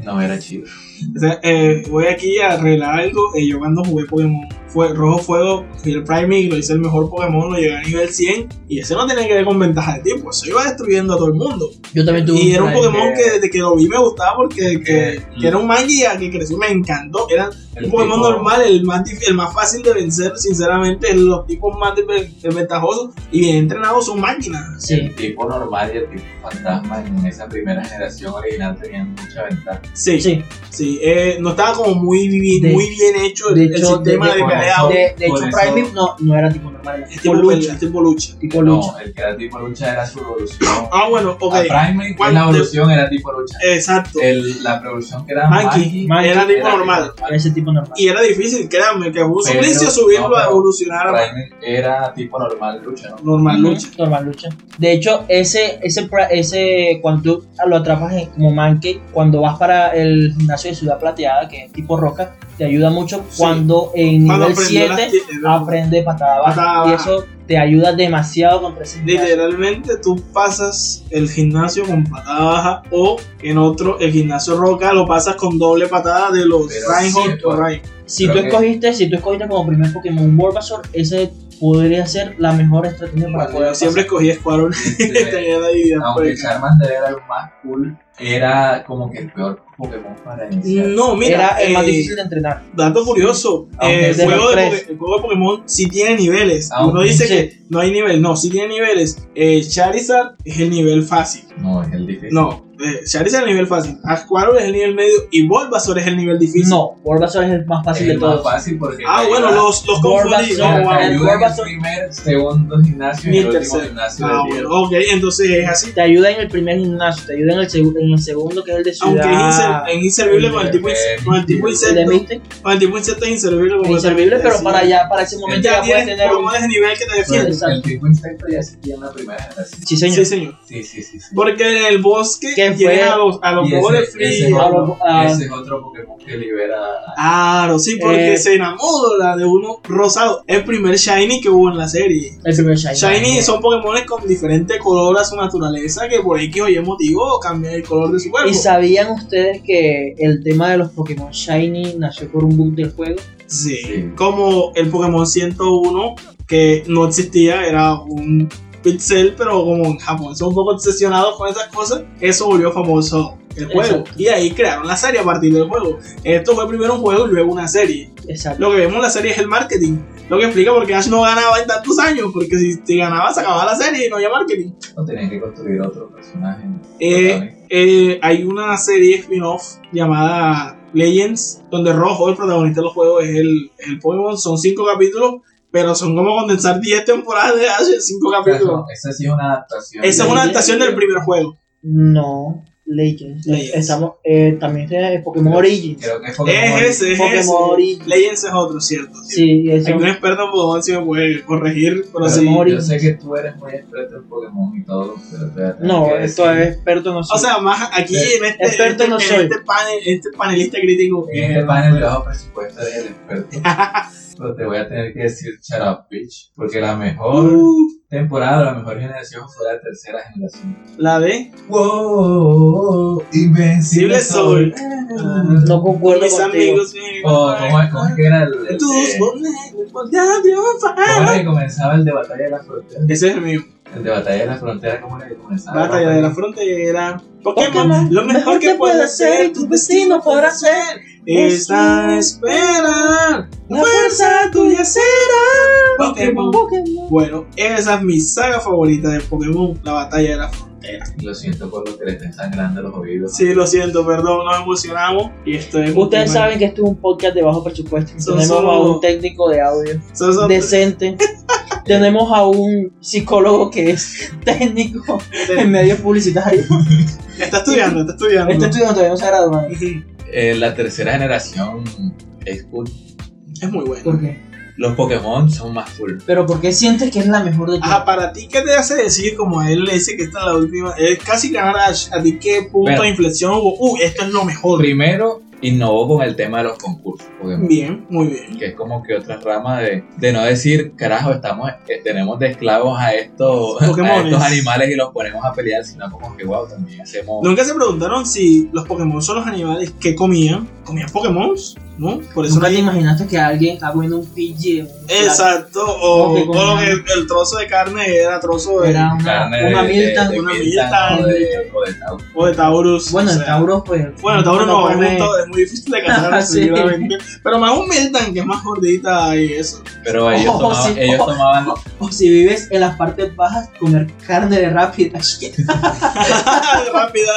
Speaker 2: No era chido.
Speaker 3: O sea, eh, voy aquí a revelar algo. eh, yo cuando jugué Pokémon fue Rojo Fuego y el Prime lo hice el mejor Pokémon, lo llegué a nivel 100 y ese no tenía que ver con ventaja de tiempo, eso iba destruyendo a todo el mundo.
Speaker 4: Yo también tuve
Speaker 3: Y era un
Speaker 4: Prime.
Speaker 3: Pokémon que desde que lo vi me gustaba porque que,
Speaker 2: Mm.
Speaker 3: que era un Magia que creció me encantó. Era
Speaker 2: El
Speaker 3: un Pokémon
Speaker 2: tipo-
Speaker 3: normal, el más, dif- el más fácil de vencer, sinceramente, los tipos más desve- desventajosos y bien entrenados son máquinas.
Speaker 4: Sí,
Speaker 2: El tipo normal y el tipo fantasma en esa primera generación original tenían mucha ventaja.
Speaker 3: Sí, sí.
Speaker 4: sí.
Speaker 3: eh, no estaba como muy, vi-
Speaker 4: De-
Speaker 3: muy bien hecho el,
Speaker 4: de
Speaker 3: el
Speaker 4: hecho,
Speaker 3: sistema de,
Speaker 4: de-
Speaker 3: pelea.
Speaker 2: Ah,
Speaker 4: De, de
Speaker 2: por
Speaker 4: hecho,
Speaker 2: eso-
Speaker 4: Prime no, no era tipo normal, era
Speaker 3: Es
Speaker 4: tipo
Speaker 3: tipo
Speaker 4: lucha.
Speaker 3: lucha, tipo lucha.
Speaker 4: Tipo lucha.
Speaker 2: No, el que era tipo lucha era su evolución.
Speaker 3: Ah, bueno, ok.
Speaker 2: La Eh, Primate,
Speaker 3: ¿Cuál
Speaker 2: la
Speaker 3: te-
Speaker 2: evolución era tipo lucha.
Speaker 3: Exacto.
Speaker 2: El- la evolución que era
Speaker 3: Mankey,
Speaker 2: Mankey
Speaker 4: Mankey
Speaker 3: era tipo
Speaker 2: era
Speaker 3: normal.
Speaker 4: Ese tipo normal.
Speaker 3: Y era difícil, créanme, que hubo un
Speaker 2: Pero-
Speaker 3: suplicio subirlo
Speaker 2: no,
Speaker 3: a
Speaker 2: pero-
Speaker 3: evolucionar a
Speaker 2: Primate era tipo normal lucha, ¿no?
Speaker 3: normal
Speaker 4: Ujú,
Speaker 3: lucha.
Speaker 4: Normal lucha. De hecho, ese, ese, pra- ese cuando tú lo atrapas en- como Mankey, cuando vas para el gimnasio de Ciudad Plateada, que es tipo roca, te ayuda mucho
Speaker 3: Sí.
Speaker 4: cuando en
Speaker 3: Cuando
Speaker 4: nivel
Speaker 3: aprendió
Speaker 4: 7
Speaker 3: las tie-
Speaker 4: aprende patada
Speaker 3: Patada
Speaker 4: baja. Y
Speaker 3: baja.
Speaker 4: eso te ayuda demasiado contra ese gimnasio.
Speaker 3: Literalmente tú pasas el gimnasio con patada baja o en otro, el gimnasio roca lo pasas con doble patada de los
Speaker 2: Pero
Speaker 3: Reinhold
Speaker 2: sí,
Speaker 3: o Reinhold.
Speaker 4: Si
Speaker 2: Creo
Speaker 4: tú
Speaker 2: que-
Speaker 4: escogiste, si tú escogiste como primer Pokémon un Bulbasaur, ese podría ser la mejor estrategia para
Speaker 3: Bueno, yo
Speaker 4: poder
Speaker 3: siempre escogí Squadron
Speaker 2: Este,
Speaker 3: tenía la idea.
Speaker 2: aunque Charmander era el más cool, era como que el peor Pokémon para iniciar.
Speaker 3: No,
Speaker 4: pasar.
Speaker 3: mira,
Speaker 4: Era el más
Speaker 3: eh,
Speaker 4: difícil de entrenar.
Speaker 3: dato curioso,
Speaker 2: Aunque
Speaker 3: eh, el,
Speaker 4: de
Speaker 3: juego
Speaker 4: los
Speaker 3: de
Speaker 4: tres.
Speaker 3: Poké- el juego de Pokémon sí tiene niveles. Uno
Speaker 2: Aunque
Speaker 3: dice
Speaker 4: sí.
Speaker 3: que no hay nivel, no, sí tiene niveles. Eh, Charizard es el nivel fácil.
Speaker 2: No, es el difícil.
Speaker 3: No, eh, Charizard es el nivel fácil. Squadron es el nivel medio y Bulbasaur es el nivel difícil.
Speaker 4: No, Bulbasaur es el más
Speaker 2: es
Speaker 4: fácil de
Speaker 2: el más
Speaker 4: todos.
Speaker 2: fácil porque
Speaker 3: Ah,
Speaker 2: te
Speaker 3: bueno,
Speaker 2: ayuda-
Speaker 3: los, los
Speaker 4: Bulbasaur.
Speaker 3: confundí.
Speaker 2: te
Speaker 3: Oh, wow.
Speaker 4: el
Speaker 2: ayuda en el
Speaker 4: Bulbasaur-
Speaker 2: primer, segundo gimnasio y
Speaker 3: Ni
Speaker 2: el último
Speaker 3: tercero.
Speaker 2: gimnasio
Speaker 3: Ah,
Speaker 2: de
Speaker 3: bueno,
Speaker 2: Diego.
Speaker 3: ok, entonces es así.
Speaker 4: Te ayuda en el primer gimnasio, te ayuda en el, segu- en el segundo, que es el de
Speaker 3: Aunque es,
Speaker 4: ciudad.
Speaker 3: inser- es inservible con el tipo, inse- con el tipo
Speaker 4: el de
Speaker 3: insecto.
Speaker 4: Mystic,
Speaker 3: Con el tipo insecto es inservible
Speaker 4: es
Speaker 3: como
Speaker 4: inservible, pero para
Speaker 3: allá
Speaker 4: allá, para ese momento ya,
Speaker 3: Ya
Speaker 4: puedes
Speaker 3: tienes
Speaker 4: tener un...
Speaker 3: Pokémon de nivel que te
Speaker 2: Pero
Speaker 3: defienden.
Speaker 4: Exacto.
Speaker 2: El tipo insecto ya se tiene en la primera generación.
Speaker 4: Sí, señor.
Speaker 3: Sí, señor.
Speaker 2: Sí, sí, sí. sí.
Speaker 3: Porque en el bosque
Speaker 4: ¿Qué
Speaker 3: tienes
Speaker 4: fue?
Speaker 3: a los, a los
Speaker 2: Y ese-
Speaker 3: Pokémon
Speaker 2: ese, es
Speaker 4: a
Speaker 2: otro-
Speaker 4: los- a-
Speaker 2: ese es otro Pokémon que libera a-
Speaker 3: Claro, sí, porque
Speaker 4: Eh.
Speaker 3: se enamora de uno rosado. El primer Shiny que hubo en la serie.
Speaker 4: El primer Shiny.
Speaker 3: Shiny son Pokémon con diferente color a su naturaleza que por X o Y motivo cambian el color de su cuerpo.
Speaker 4: ¿Y sabían ustedes que el tema de los Pokémon Shiny nació por un bug del juego?
Speaker 3: Sí.
Speaker 2: Sí.
Speaker 3: Como el Pokémon 101, que no existía, era un pixel, pero como en Japón son un poco obsesionados con esas cosas, eso volvió famoso el juego.
Speaker 4: Exacto.
Speaker 3: Y ahí crearon la serie a partir del juego. Esto fue primero un juego y luego una serie.
Speaker 4: Exacto.
Speaker 3: Lo que vemos en la serie es el marketing. Lo que explica por qué Ash no ganaba en tantos años, porque si, si ganaba se acababa la serie y no había marketing.
Speaker 2: No tenían que construir otro personaje.
Speaker 3: Eh, eh, hay una serie spin-off llamada Legends, donde Rojo, el protagonista del juego, es el, el Pokémon. Son cinco capítulos, pero son como condensar 10 temporadas de Ash en cinco capítulos.
Speaker 2: Eso, esa sí es una adaptación.
Speaker 3: Esa es una adaptación del primer juego.
Speaker 4: No, Legends.
Speaker 3: Legends.
Speaker 4: Estamos, eh, también es Pokémon Origins.
Speaker 2: Creo que es Pokémon
Speaker 3: Es
Speaker 2: Origins.
Speaker 3: ese, es ese.
Speaker 4: Pokémon Origins.
Speaker 3: Legends es otro, cierto.
Speaker 4: Sí, eso.
Speaker 3: Hay un experto en Pokémon si me puede corregir, pero
Speaker 2: Pero
Speaker 3: sí.
Speaker 4: Pokémon
Speaker 2: Yo
Speaker 4: Origins.
Speaker 2: sé que tú eres muy experto en Pokémon y todo, pero te voy a tener
Speaker 4: No,
Speaker 2: que
Speaker 4: esto
Speaker 2: decir
Speaker 4: es experto no soy.
Speaker 3: O sea, más aquí
Speaker 2: Eh,
Speaker 3: en este,
Speaker 4: experto
Speaker 3: este-
Speaker 4: no
Speaker 3: en
Speaker 4: soy.
Speaker 3: este panel, este panelista crítico. eh,
Speaker 2: En este panel de bajo presupuesto eres el experto. Pero te voy a tener que decir shut up, bitch. Porque la mejor
Speaker 3: Uh,
Speaker 2: temporada, la mejor generación fue la tercera generación.
Speaker 3: la de
Speaker 2: Wow, invencible
Speaker 3: Invencible Sol.
Speaker 4: no concuerdo
Speaker 3: mis
Speaker 4: contigo.
Speaker 3: amigos. me
Speaker 2: Oh, ¿cómo, es- cómo es que era el, el
Speaker 3: Tus
Speaker 2: de-
Speaker 3: boletos ya
Speaker 2: ¿Cómo
Speaker 3: triunfaron.
Speaker 2: era que comenzaba el de Batalla de la Frontera?
Speaker 3: Ese es el mío.
Speaker 2: El de Batalla de la Frontera, ¿cómo era que comenzaba?
Speaker 3: Batalla de la frontera. Pokémon,
Speaker 4: Pokémon,
Speaker 3: lo mejor que puede hacer tu vecino podrá hacer. Está espera. La fuerza tuya será. Pokémon. Bueno, esa es mi saga favorita de Pokémon, la batalla de la frontera.
Speaker 2: Lo siento por lo que le estén sangrando los oídos.
Speaker 3: Sí, lo siento, perdón, nos emocionamos. Y esto es un
Speaker 4: Ustedes
Speaker 3: tema-
Speaker 4: saben que esto es un podcast de bajo presupuesto.
Speaker 3: Son
Speaker 4: Tenemos
Speaker 3: solo-
Speaker 4: a un técnico de audio
Speaker 3: Son- son-
Speaker 4: decente. Tenemos a un psicólogo que es técnico en medios publicitarios.
Speaker 3: Está estudiando, está estudiando.
Speaker 4: Este estudio todavía no se ha graduado.
Speaker 2: Eh, la tercera generación es cool.
Speaker 3: es muy
Speaker 4: ¿Por
Speaker 3: bueno.
Speaker 4: qué?
Speaker 2: Los Pokémon son más cool.
Speaker 4: Pero ¿por qué sientes que es la mejor de
Speaker 3: Ajá,
Speaker 4: todas?
Speaker 3: para ti, ¿qué te hace decir como a él ese que está en la última? Es casi ganar a Ash. ¿A ti qué punto
Speaker 2: Bueno.
Speaker 3: de inflexión hubo? Uh, esto es lo mejor.
Speaker 2: Primero, innovó con el tema de los concursos Pokémon.
Speaker 3: Bien, muy bien.
Speaker 2: Que es como que otra rama de, de no decir, carajo, estamos, eh, tenemos de esclavos a estos, a
Speaker 3: Pokémones.
Speaker 2: estos animales y los ponemos a pelear, sino como que, wow, también hacemos...
Speaker 3: Nunca se preguntaron si los Pokémon son los animales que comían. ¿Comían Pokémon? ¿No? Por eso
Speaker 4: ¿Nunca te
Speaker 3: nadie-
Speaker 4: imaginaste que alguien está comiendo un Fiji? en un plato?
Speaker 3: pues Exacto, o,
Speaker 4: O que
Speaker 3: o
Speaker 4: comían.
Speaker 3: el, el trozo de carne era trozo de,
Speaker 4: Era una,
Speaker 2: carne
Speaker 4: una
Speaker 2: de- de-
Speaker 4: Milton.
Speaker 2: de
Speaker 3: una
Speaker 2: Milton o
Speaker 3: Milton.
Speaker 2: de- o de Tauro.
Speaker 3: o de Taurus.
Speaker 4: Bueno,
Speaker 3: o
Speaker 4: el
Speaker 3: sea.
Speaker 4: Tauro, pues.
Speaker 3: Bueno, Tauro no, es,
Speaker 4: come-
Speaker 3: un tau- es muy difícil de cazar,
Speaker 4: Sí.
Speaker 3: seguramente. Pero más un Meltan que es más gordita y eso.
Speaker 2: Pero ellos,
Speaker 4: Oh,
Speaker 2: tomaban,
Speaker 4: sí.
Speaker 2: ellos tomaban
Speaker 4: O si vives en las partes bajas, comer carne de rápida.
Speaker 3: Rápida.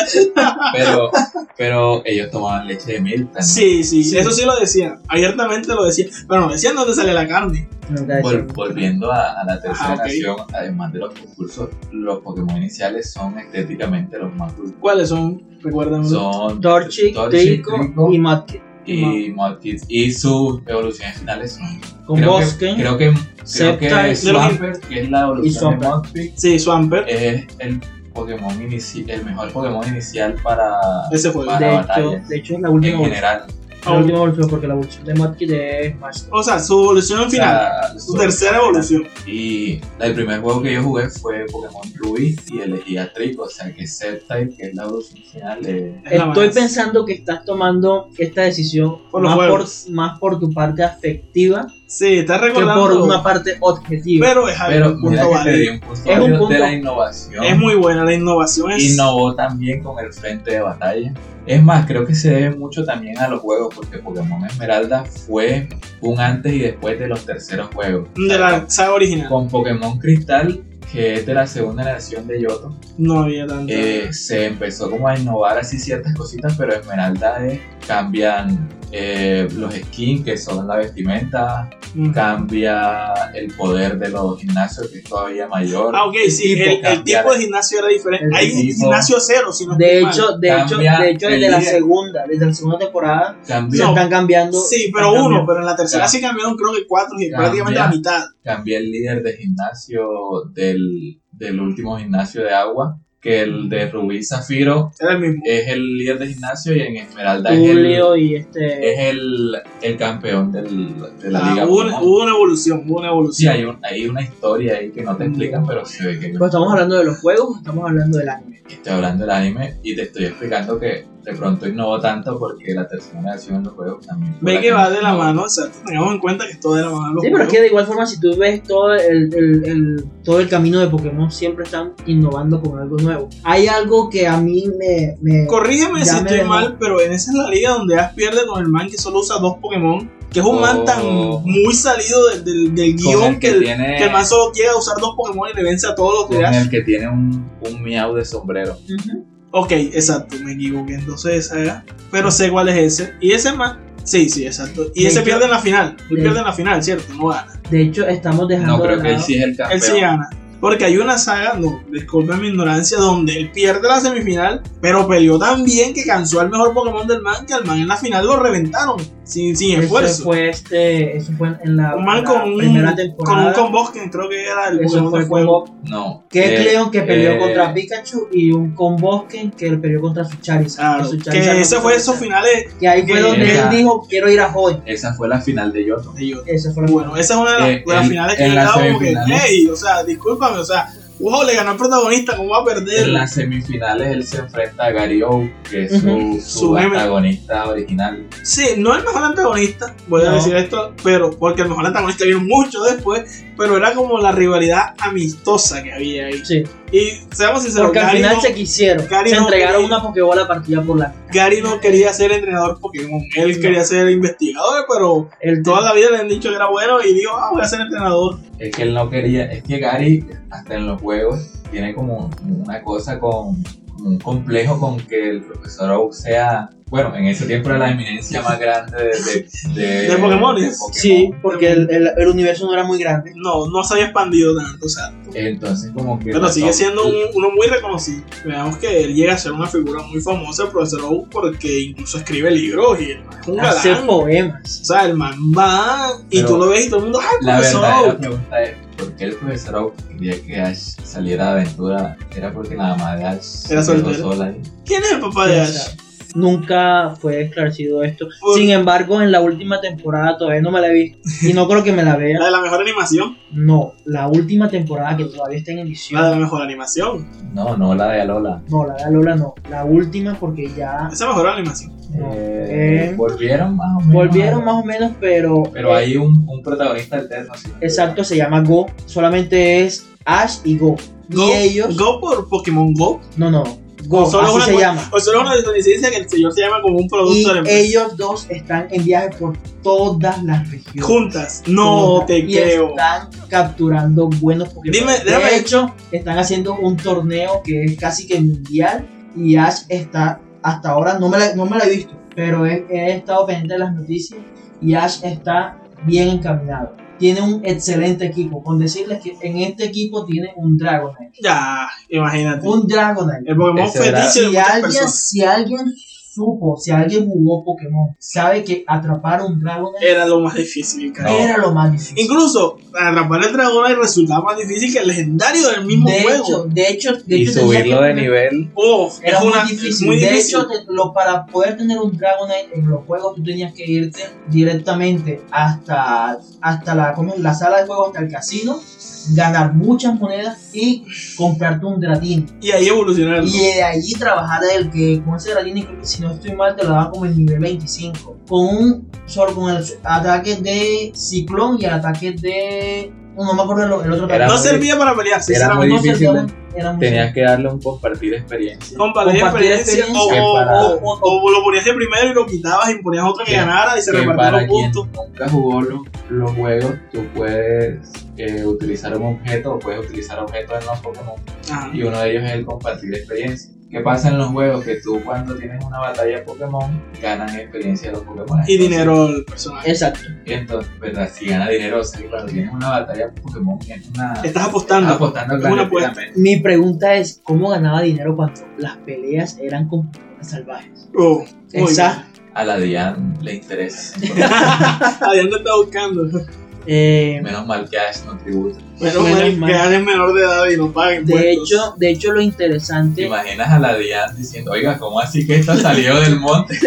Speaker 2: pero, pero ellos tomaban leche de Milton.
Speaker 3: Sí, sí,
Speaker 4: Sí.
Speaker 3: eso sí lo decía. Abiertamente lo decía. Pero no decían dónde sale la carne.
Speaker 4: Nunca he
Speaker 2: Vol-
Speaker 4: hecho.
Speaker 2: volviendo a, a la tercera
Speaker 3: Ah, ok.
Speaker 2: generación, además de los concursos, los Pokémon iniciales son estéticamente los más cool.
Speaker 3: ¿Cuáles son? Recuérdame.
Speaker 2: Son
Speaker 4: Torchic,
Speaker 2: Torchic,
Speaker 4: Trico
Speaker 2: Trico
Speaker 4: y Matke.
Speaker 2: y Mudkip. Y sus evoluciones finales son.
Speaker 4: Con
Speaker 2: creo
Speaker 4: Bosque.
Speaker 2: que, creo que, creo que
Speaker 4: Sceptile,
Speaker 2: Swampert, que es la evolución de
Speaker 4: Swampert.
Speaker 2: Mudkip,
Speaker 3: Sí, Swampert.
Speaker 2: es el Pokémon inici- el mejor Pokémon inicial para,
Speaker 3: Ese juego.
Speaker 2: para
Speaker 4: de, hecho,
Speaker 2: batallas.
Speaker 4: de hecho, es la
Speaker 2: En
Speaker 4: última evolución.
Speaker 2: general,
Speaker 4: La última evolución, porque la evolución de Matke es más.
Speaker 3: O sea, su evolución final.
Speaker 2: la-
Speaker 3: su tercera evolución.
Speaker 2: Y el primer juego que yo jugué fue Pokémon Ruby y elegí a Trico, o sea que Sceptile, que es la evolución eh, final de...
Speaker 3: Es la
Speaker 4: Estoy
Speaker 3: más.
Speaker 4: pensando que estás tomando esta decisión
Speaker 3: Por los
Speaker 4: más,
Speaker 3: juegos.
Speaker 4: por, más por tu parte afectiva
Speaker 3: Sí, estás
Speaker 4: que por
Speaker 3: recordando.
Speaker 4: una parte objetiva.
Speaker 3: Pero es algo
Speaker 2: Pero
Speaker 3: un
Speaker 2: mira
Speaker 3: punto
Speaker 2: que te di
Speaker 3: válido.
Speaker 2: un punto,
Speaker 4: Es un
Speaker 2: válido de
Speaker 4: punto-
Speaker 2: la innovación.
Speaker 3: Es muy buena la innovación. Es...
Speaker 2: Innovó también con el frente de batalla. Es más, creo que se debe mucho también a los juegos, porque Pokémon Esmeralda fue un antes y después de los terceros juegos.
Speaker 3: De la saga original.
Speaker 2: Con Pokémon Cristal, que es de la segunda generación de Yoto,
Speaker 3: No había tanta.
Speaker 2: eh, se empezó como a innovar así ciertas cositas, pero Esmeralda eh, cambian eh, los skins que son la vestimenta,
Speaker 3: Mm.
Speaker 2: cambia el poder de los gimnasios que es todavía mayor,
Speaker 3: Ah, ok, sí,
Speaker 2: tipo
Speaker 3: el, el
Speaker 2: cambiar.
Speaker 3: tipo de gimnasio era diferente.
Speaker 4: El
Speaker 3: Hay un
Speaker 2: tipo.
Speaker 3: gimnasio cero, si no
Speaker 4: De
Speaker 3: estoy mal.
Speaker 4: hecho, de hecho,
Speaker 2: Cambia
Speaker 4: de hecho,
Speaker 2: el
Speaker 4: desde la
Speaker 2: líder.
Speaker 4: segunda, desde la segunda temporada, se
Speaker 2: cambia,
Speaker 3: No.
Speaker 4: están cambiando.
Speaker 3: Sí,
Speaker 4: están
Speaker 3: pero uno,
Speaker 4: cambiando.
Speaker 3: pero en la tercera sí cambiaron creo que cuatro y
Speaker 2: Cambia.
Speaker 3: prácticamente la mitad.
Speaker 2: cambia el líder de gimnasio del, del último gimnasio de agua, que el de Rubí Zafiro
Speaker 3: Era el mismo.
Speaker 2: es el líder de gimnasio y en Esmeralda es el,
Speaker 4: Julio y este.
Speaker 2: es el, el campeón del- de la
Speaker 3: Ah,
Speaker 2: liga.
Speaker 3: hubo, una,
Speaker 2: Pokémon.
Speaker 3: hubo una evolución, hubo una
Speaker 2: Sí,
Speaker 3: evolución.
Speaker 2: hay, un- hay una historia ahí que no te explican, pero se ve que...
Speaker 4: Pues estamos hablando de los juegos, o estamos hablando del anime.
Speaker 2: Estoy hablando del anime y te estoy explicando que de pronto innovó tanto porque la tercera generación de los juegos también... fue
Speaker 3: Ve
Speaker 2: la
Speaker 3: que va de la
Speaker 2: innovó.
Speaker 3: mano, o sea, tengamos en cuenta que es todo de la mano. los
Speaker 4: Sí, pero es
Speaker 3: juegos.
Speaker 4: que de igual forma, si tú ves todo el, el- el- todo el camino de Pokémon, siempre están innovando con algo nuevo. Hay algo que a mí me. me-
Speaker 3: Corrígeme
Speaker 4: Ya
Speaker 3: si
Speaker 4: me
Speaker 3: estoy
Speaker 4: dejó.
Speaker 3: mal, pero en esa es la liga donde Ash pierde con el man que solo usa dos Pokémon. Que es un man
Speaker 2: Oh.
Speaker 3: tan muy salido del, del- del
Speaker 2: Con
Speaker 3: guión
Speaker 2: el
Speaker 3: que,
Speaker 2: que
Speaker 3: el,
Speaker 2: tiene-
Speaker 3: que el man solo quiere usar dos Pokémon y le vence a todos los que
Speaker 2: Con
Speaker 3: le hace.
Speaker 2: el que tiene un, un miau de sombrero.
Speaker 3: Ok, exacto, me equivoqué entonces de saga. Pero sé cuál es ese. Y ese más. Sí, sí, exacto. Y
Speaker 4: De
Speaker 3: ese
Speaker 4: hecho-
Speaker 3: pierde en la final. Él
Speaker 4: de-
Speaker 3: pierde en la final, ¿cierto? No gana.
Speaker 4: De hecho, estamos dejando
Speaker 2: No, creo
Speaker 4: de
Speaker 2: que él
Speaker 4: lado-
Speaker 2: sí es el
Speaker 3: Él
Speaker 2: campeón.
Speaker 3: sí gana. Porque hay una saga, no, disculpen mi ignorancia, donde él pierde la semifinal, pero peleó tan bien que cansó al mejor Pokémon del man, que al man en la final lo reventaron, sin, sin
Speaker 4: Eso
Speaker 3: esfuerzo.
Speaker 4: fue, este, eso fue en la,
Speaker 3: Un
Speaker 4: la
Speaker 3: man con un,
Speaker 4: primera
Speaker 3: con
Speaker 4: temporada.
Speaker 3: un Combosken, creo que era el
Speaker 4: eso
Speaker 3: Pokémon de
Speaker 4: fue
Speaker 3: fuego.
Speaker 4: como
Speaker 2: No.
Speaker 4: que
Speaker 2: Eh,
Speaker 4: Cleon que peleó
Speaker 2: eh,
Speaker 4: contra Pikachu y un con Bosken que peleó contra su Charizard.
Speaker 3: Claro,
Speaker 4: su Charizard
Speaker 3: que
Speaker 4: no
Speaker 3: ese
Speaker 4: quiso
Speaker 3: fue
Speaker 4: luchar.
Speaker 3: esos finales
Speaker 4: Que ahí fue
Speaker 3: que
Speaker 4: donde
Speaker 2: era-
Speaker 4: él dijo, quiero ir a Hoy.
Speaker 2: Esa fue la final de Yoto.
Speaker 3: de Yoto.
Speaker 4: Ese fue
Speaker 3: Bueno, esa es una de las,
Speaker 2: Eh,
Speaker 3: de las
Speaker 2: en-
Speaker 3: finales que
Speaker 2: en
Speaker 3: me
Speaker 2: las
Speaker 3: daba como que,
Speaker 2: semifinales.
Speaker 3: hey, o sea, discúlpame, o sea, wow, le ganó al protagonista, ¿cómo va a perder?
Speaker 2: En las semifinales él se enfrenta a Gary O, que es su, su
Speaker 3: Su meme.
Speaker 2: antagonista original.
Speaker 3: Sí, no el mejor antagonista, voy a
Speaker 4: No.
Speaker 3: decir esto, pero porque el mejor antagonista vino mucho después, pero era como la rivalidad amistosa que había ahí.
Speaker 4: Sí,
Speaker 3: Y seamos sinceros,
Speaker 4: porque al
Speaker 3: Gary
Speaker 4: final
Speaker 3: no,
Speaker 4: se quisieron.
Speaker 3: Gary
Speaker 4: se
Speaker 3: no
Speaker 4: entregaron
Speaker 3: quería-
Speaker 4: una Pokébola partida por la.
Speaker 3: Gary no quería ser entrenador Pokémon, él
Speaker 4: No.
Speaker 3: quería ser investigador, pero
Speaker 4: El
Speaker 3: toda la vida le han dicho que era bueno y dijo, ah, voy a ser entrenador.
Speaker 2: Es que él no quería, es que Gary, hasta en los juegos, tiene como una cosa con como un complejo con que el profesor Oak sea, bueno, en ese tiempo era la eminencia más grande de, de, de,
Speaker 3: De Pokémones.
Speaker 2: de Pokémon.
Speaker 4: Sí, porque el, el- el universo no era muy grande.
Speaker 3: No, no se había expandido tanto, o sea,
Speaker 2: Entonces como que...
Speaker 3: Pero
Speaker 2: la-
Speaker 3: sigue siendo un- uno muy reconocido. Veamos que él llega a ser una figura muy famosa, el profesor Oak, porque incluso escribe libros y el man es un
Speaker 4: Hacer
Speaker 3: galán.
Speaker 4: poemas.
Speaker 3: O sea, el man va y
Speaker 2: Pero
Speaker 3: tú lo ves y todo el mundo, ¡ay,
Speaker 2: La
Speaker 4: Pues
Speaker 3: profesor
Speaker 2: verdadera
Speaker 3: Oak!
Speaker 2: pregunta es, ¿por qué el profesor Oak quería que Ash saliera de aventura? ¿Era porque nada más de Ash
Speaker 3: Era
Speaker 2: se quedó
Speaker 3: soltero.
Speaker 2: sola ahí?
Speaker 3: ¿Quién es el papá de
Speaker 4: O
Speaker 3: Ash?
Speaker 4: sea, Nunca fue esclarecido esto.
Speaker 3: Por-
Speaker 4: Sin embargo, en la última temporada todavía no me la he visto. Y no creo que me la vea.
Speaker 3: La de la mejor animación.
Speaker 4: No, la última temporada que todavía está en
Speaker 3: La de
Speaker 4: emisión.
Speaker 3: la mejor animación.
Speaker 2: No, no la de Alola.
Speaker 4: No, la de Lola no. La última porque ya
Speaker 3: Esa mejor animación.
Speaker 4: no.
Speaker 2: Eh,
Speaker 4: Eh,
Speaker 2: volvieron más o menos.
Speaker 4: volvieron más o menos, pero...
Speaker 2: Pero hay un, un protagonista alterno. sí.
Speaker 4: Exacto, se llama Go. Solamente es Ash y Go.
Speaker 3: Go,
Speaker 4: y ellos...
Speaker 3: Go por Pokémon Go.
Speaker 4: No, no. Go,
Speaker 3: O solo
Speaker 4: así
Speaker 3: una-
Speaker 4: se llama.
Speaker 3: O solo es una licencia que el señor se llama como un
Speaker 4: Y
Speaker 3: producto de la empresa.
Speaker 4: ellos dos están en viaje por todas las regiones.
Speaker 3: Juntas. No
Speaker 4: Todas.
Speaker 3: te
Speaker 4: y
Speaker 3: creo.
Speaker 4: Están capturando buenos Pokémon.
Speaker 3: Dime, déjame-
Speaker 4: de hecho, están haciendo un torneo que es casi que mundial. Y Ash está, hasta ahora, no me la, no me la he visto, pero he, he estado pendiente de las noticias. Y Ash está bien encaminado. Tiene un excelente equipo. Con decirles que en este equipo tiene un Dragonite.
Speaker 3: Ya, imagínate.
Speaker 4: Un Dragonite.
Speaker 3: El Pokémon
Speaker 2: Ese era-
Speaker 3: fetiche de
Speaker 4: Si
Speaker 3: muchas
Speaker 4: alguien,
Speaker 3: personas.
Speaker 4: si alguien supo, si alguien jugó Pokémon, sabe que atrapar un Dragonite
Speaker 3: Era lo más difícil, cara.
Speaker 2: No.
Speaker 4: era lo más difícil.
Speaker 3: Incluso atrapar el dragón ahí resultaba más difícil que el legendario del mismo
Speaker 4: de
Speaker 3: juego.
Speaker 4: Hecho, de hecho, de
Speaker 2: Y
Speaker 4: hecho tenía
Speaker 2: subirlo
Speaker 4: que-
Speaker 2: de nivel.
Speaker 3: Oh,
Speaker 4: Era
Speaker 3: es
Speaker 4: muy,
Speaker 3: una- es
Speaker 4: difícil.
Speaker 3: muy
Speaker 4: de
Speaker 3: difícil.
Speaker 4: hecho, te- lo, para poder tener un Dragonite en los juegos, tú tenías que irte directamente hasta, hasta la, ¿cómo es? la sala de juego, hasta el casino, ganar muchas monedas y comprarte un Dratini.
Speaker 3: y ahí evolucionar.
Speaker 4: Y de allí trabajar el que con ese Dratini, creo que si no estoy mal, te lo daban como el nivel 25. Con un solo con el ataque de Ciclón y el ataque de. No me acuerdo el, el otro ataque.
Speaker 2: Era
Speaker 3: no
Speaker 2: muy-
Speaker 3: servía para pelear,
Speaker 2: muy
Speaker 3: sinceramente.
Speaker 4: No sé,
Speaker 2: difícil,
Speaker 4: era- era muy
Speaker 2: Tenías que darle un compartir experiencia.
Speaker 3: Compartir
Speaker 4: compartir
Speaker 3: experiencia, o,
Speaker 4: experiencia
Speaker 3: o-
Speaker 2: para-
Speaker 3: o- o- o lo ponías de primero y lo quitabas y ponías otro que
Speaker 2: Que-
Speaker 3: ganara y se
Speaker 2: que
Speaker 3: repartían
Speaker 2: para
Speaker 3: los
Speaker 2: quien
Speaker 3: puntos.
Speaker 2: nunca jugó lo- los juegos, tú puedes eh, utilizar un objeto o puedes utilizar objetos en los Pokémon.
Speaker 3: Ajá.
Speaker 2: Y uno de ellos es el compartir experiencia. ¿Qué pasa en los juegos? Que tú cuando tienes una batalla Pokémon, ganan experiencia los Pokémon.
Speaker 3: Y
Speaker 2: Entonces,
Speaker 3: dinero al personaje.
Speaker 4: Exacto.
Speaker 2: Entonces, ¿verdad? Si gana dinero, o sea, cuando tienes una batalla Pokémon, es una...
Speaker 3: Estás apostando.
Speaker 2: apostando
Speaker 3: es una apuesta.
Speaker 2: prácticamente.
Speaker 4: Mi pregunta es, ¿cómo ganaba dinero cuando las peleas eran con Pokémon salvajes?
Speaker 3: Oh, muy
Speaker 4: Exacto.
Speaker 2: A la Diane le interesa.
Speaker 3: Adrián te está buscando.
Speaker 4: Eh,
Speaker 2: Menos mal que Ash no tributa.
Speaker 3: Menos mal
Speaker 4: mal.
Speaker 3: que Adrián es menor de edad y no paga
Speaker 4: de,
Speaker 3: impuestos.
Speaker 4: hecho, de hecho, lo
Speaker 2: ¿Te
Speaker 4: interesante...
Speaker 2: imaginas a la Diane diciendo, oiga, ¿cómo así que esta salió del monte?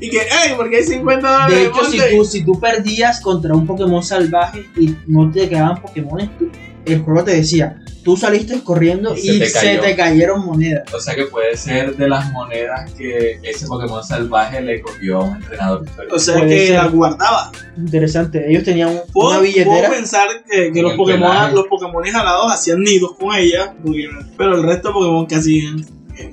Speaker 3: Y que, ¡ey! Porque hay 50 dólares
Speaker 4: De
Speaker 3: de
Speaker 4: hecho, si
Speaker 3: monte.
Speaker 4: tú, si tú perdías contra un Pokémon salvaje y no te quedaban Pokémon, el juego te decía, tú saliste corriendo
Speaker 2: Y
Speaker 4: y
Speaker 2: se
Speaker 4: se
Speaker 2: te
Speaker 4: te,
Speaker 2: cayó.
Speaker 4: cayeron monedas.
Speaker 2: O sea que puede ser de las monedas que ese Pokémon salvaje le cogió a un entrenador.
Speaker 3: O sea
Speaker 4: Puede
Speaker 3: que
Speaker 4: ser.
Speaker 3: la guardaba.
Speaker 4: Interesante, ellos tenían un-
Speaker 3: Puedo,
Speaker 4: una
Speaker 3: puedo
Speaker 4: billetera.
Speaker 3: pensar que, que
Speaker 2: En
Speaker 3: los
Speaker 2: el
Speaker 3: Pokémon
Speaker 2: pelaje.
Speaker 3: los Pokémon jalados hacían nidos con ella, porque- pero el resto de Pokémon casi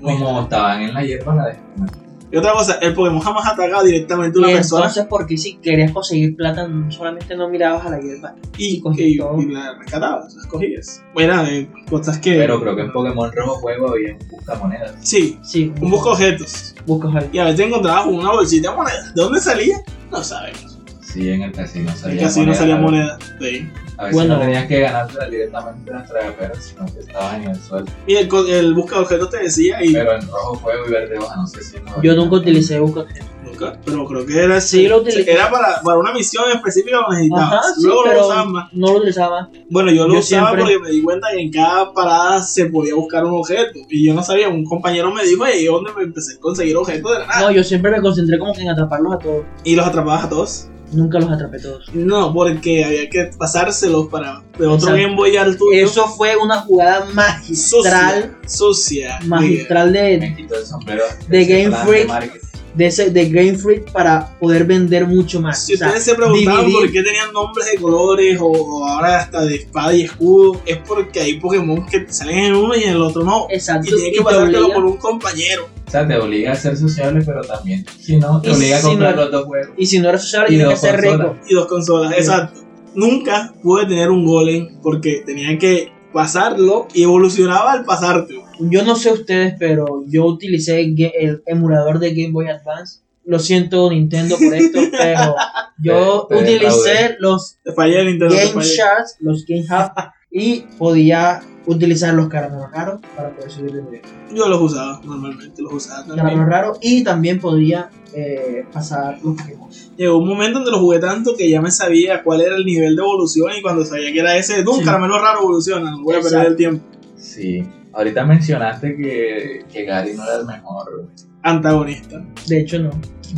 Speaker 2: como estaban en la hierba, la dejaron.
Speaker 3: Y otra cosa, el Pokémon jamás atacaba directamente a
Speaker 4: Y
Speaker 3: una persona
Speaker 4: entonces, porque si querías conseguir plata, no solamente no mirabas a la hierba.
Speaker 3: y,
Speaker 4: y cogía
Speaker 3: y-
Speaker 4: todo.
Speaker 3: y la rescatabas, las cogías. Bueno, eh, cosas que.
Speaker 2: Pero creo que en Pokémon Rojo Fuego había un buscamonedas.
Speaker 3: Sí,
Speaker 4: Sí,
Speaker 3: un busca objetos.
Speaker 4: buscas algo.
Speaker 3: Y a veces encontrabas una bolsita de monedas. ¿De dónde salía? No sabemos.
Speaker 2: Sí, en el casino salía
Speaker 3: Casi no salía
Speaker 2: ¿verdad?
Speaker 3: moneda. Sí.
Speaker 2: A veces
Speaker 4: Bueno.
Speaker 2: no tenías que ganártela directamente en las tragaperras, sino que estabas en el suelo.
Speaker 3: Y el, co- el busca objetos te decía y
Speaker 2: Pero en rojo fuego y verde hoja, no sé si no.
Speaker 4: Yo nunca utilicé buscas.
Speaker 3: nunca, pero creo que era
Speaker 4: Sí, lo utilicé.
Speaker 3: Era para, para una misión específica lo necesitabas.
Speaker 4: Ajá, sí,
Speaker 3: Luego lo
Speaker 4: pero
Speaker 3: usabas más.
Speaker 4: no lo utilizaba.
Speaker 3: Bueno, yo lo
Speaker 4: yo
Speaker 3: usaba
Speaker 4: siempre-
Speaker 3: porque me di cuenta que en cada parada se podía buscar un objeto. Y yo no sabía, un compañero me dijo, y ¿dónde me empecé a conseguir objetos de la nada?
Speaker 4: No, yo siempre me concentré como que en atraparlos a todos.
Speaker 3: ¿Y los atrapabas a todos?
Speaker 4: Nunca los atrapé todos.
Speaker 3: No, porque había que pasárselos para de otro
Speaker 4: Exacto.
Speaker 3: Game Boy al tuyo.
Speaker 4: Eso fue una jugada magistral.
Speaker 3: Sucia, sucia.
Speaker 4: Magistral de,
Speaker 2: Me quito el sombrero.
Speaker 4: De
Speaker 2: ese
Speaker 4: Game
Speaker 2: plan
Speaker 4: Freak.
Speaker 2: marketing.
Speaker 4: de, ese, de Game Freak para poder vender mucho más.
Speaker 3: Si
Speaker 4: O sea,
Speaker 3: ustedes se preguntaban
Speaker 4: dividir.
Speaker 3: por qué tenían nombres de colores o, o ahora hasta de espada y escudo, es porque hay Pokémon que te salen en uno y en el otro no. Y
Speaker 4: Exacto.
Speaker 3: tienes
Speaker 4: y
Speaker 3: que
Speaker 4: te
Speaker 3: pasártelo
Speaker 4: obliga-
Speaker 3: por un compañero.
Speaker 2: O sea, te obliga a ser sociable, pero también, si no, te
Speaker 4: Y
Speaker 2: obliga a
Speaker 4: si
Speaker 2: comprar
Speaker 4: no-
Speaker 2: los dos juegos.
Speaker 4: Y si no eres social,
Speaker 2: Y
Speaker 4: tienes que
Speaker 2: dos
Speaker 4: ser rico.
Speaker 2: consolas.
Speaker 3: Y dos consolas,
Speaker 4: Sí.
Speaker 3: exacto. Nunca pude tener un golem porque tenía que pasarlo y evolucionaba al pasártelo.
Speaker 4: Yo no sé ustedes, pero yo utilicé el, ga- el emulador de Game Boy Advance. Lo siento, Nintendo, por esto, pero yo
Speaker 2: Te- te
Speaker 4: utilicé los
Speaker 3: Te fallé el Nintendo. te
Speaker 4: Game
Speaker 3: fallé.
Speaker 4: Shards, los Game Hub, y podía utilizar los caramelos raros para poder subir de nivel.
Speaker 3: Yo los usaba, normalmente los usaba
Speaker 4: Caramelos
Speaker 3: también.
Speaker 4: raros, y también podía eh, pasar los Pokémon.
Speaker 3: Llegó un momento donde los jugué tanto que ya me sabía cuál era el nivel de evolución y cuando sabía que era ese, ¡dum!
Speaker 4: Sí.
Speaker 3: Caramelo raro evoluciona, no voy a perder
Speaker 4: Exacto.
Speaker 3: el tiempo.
Speaker 2: Sí. Ahorita mencionaste que, que Gary no era el mejor.
Speaker 3: Antagonista.
Speaker 4: De hecho, no.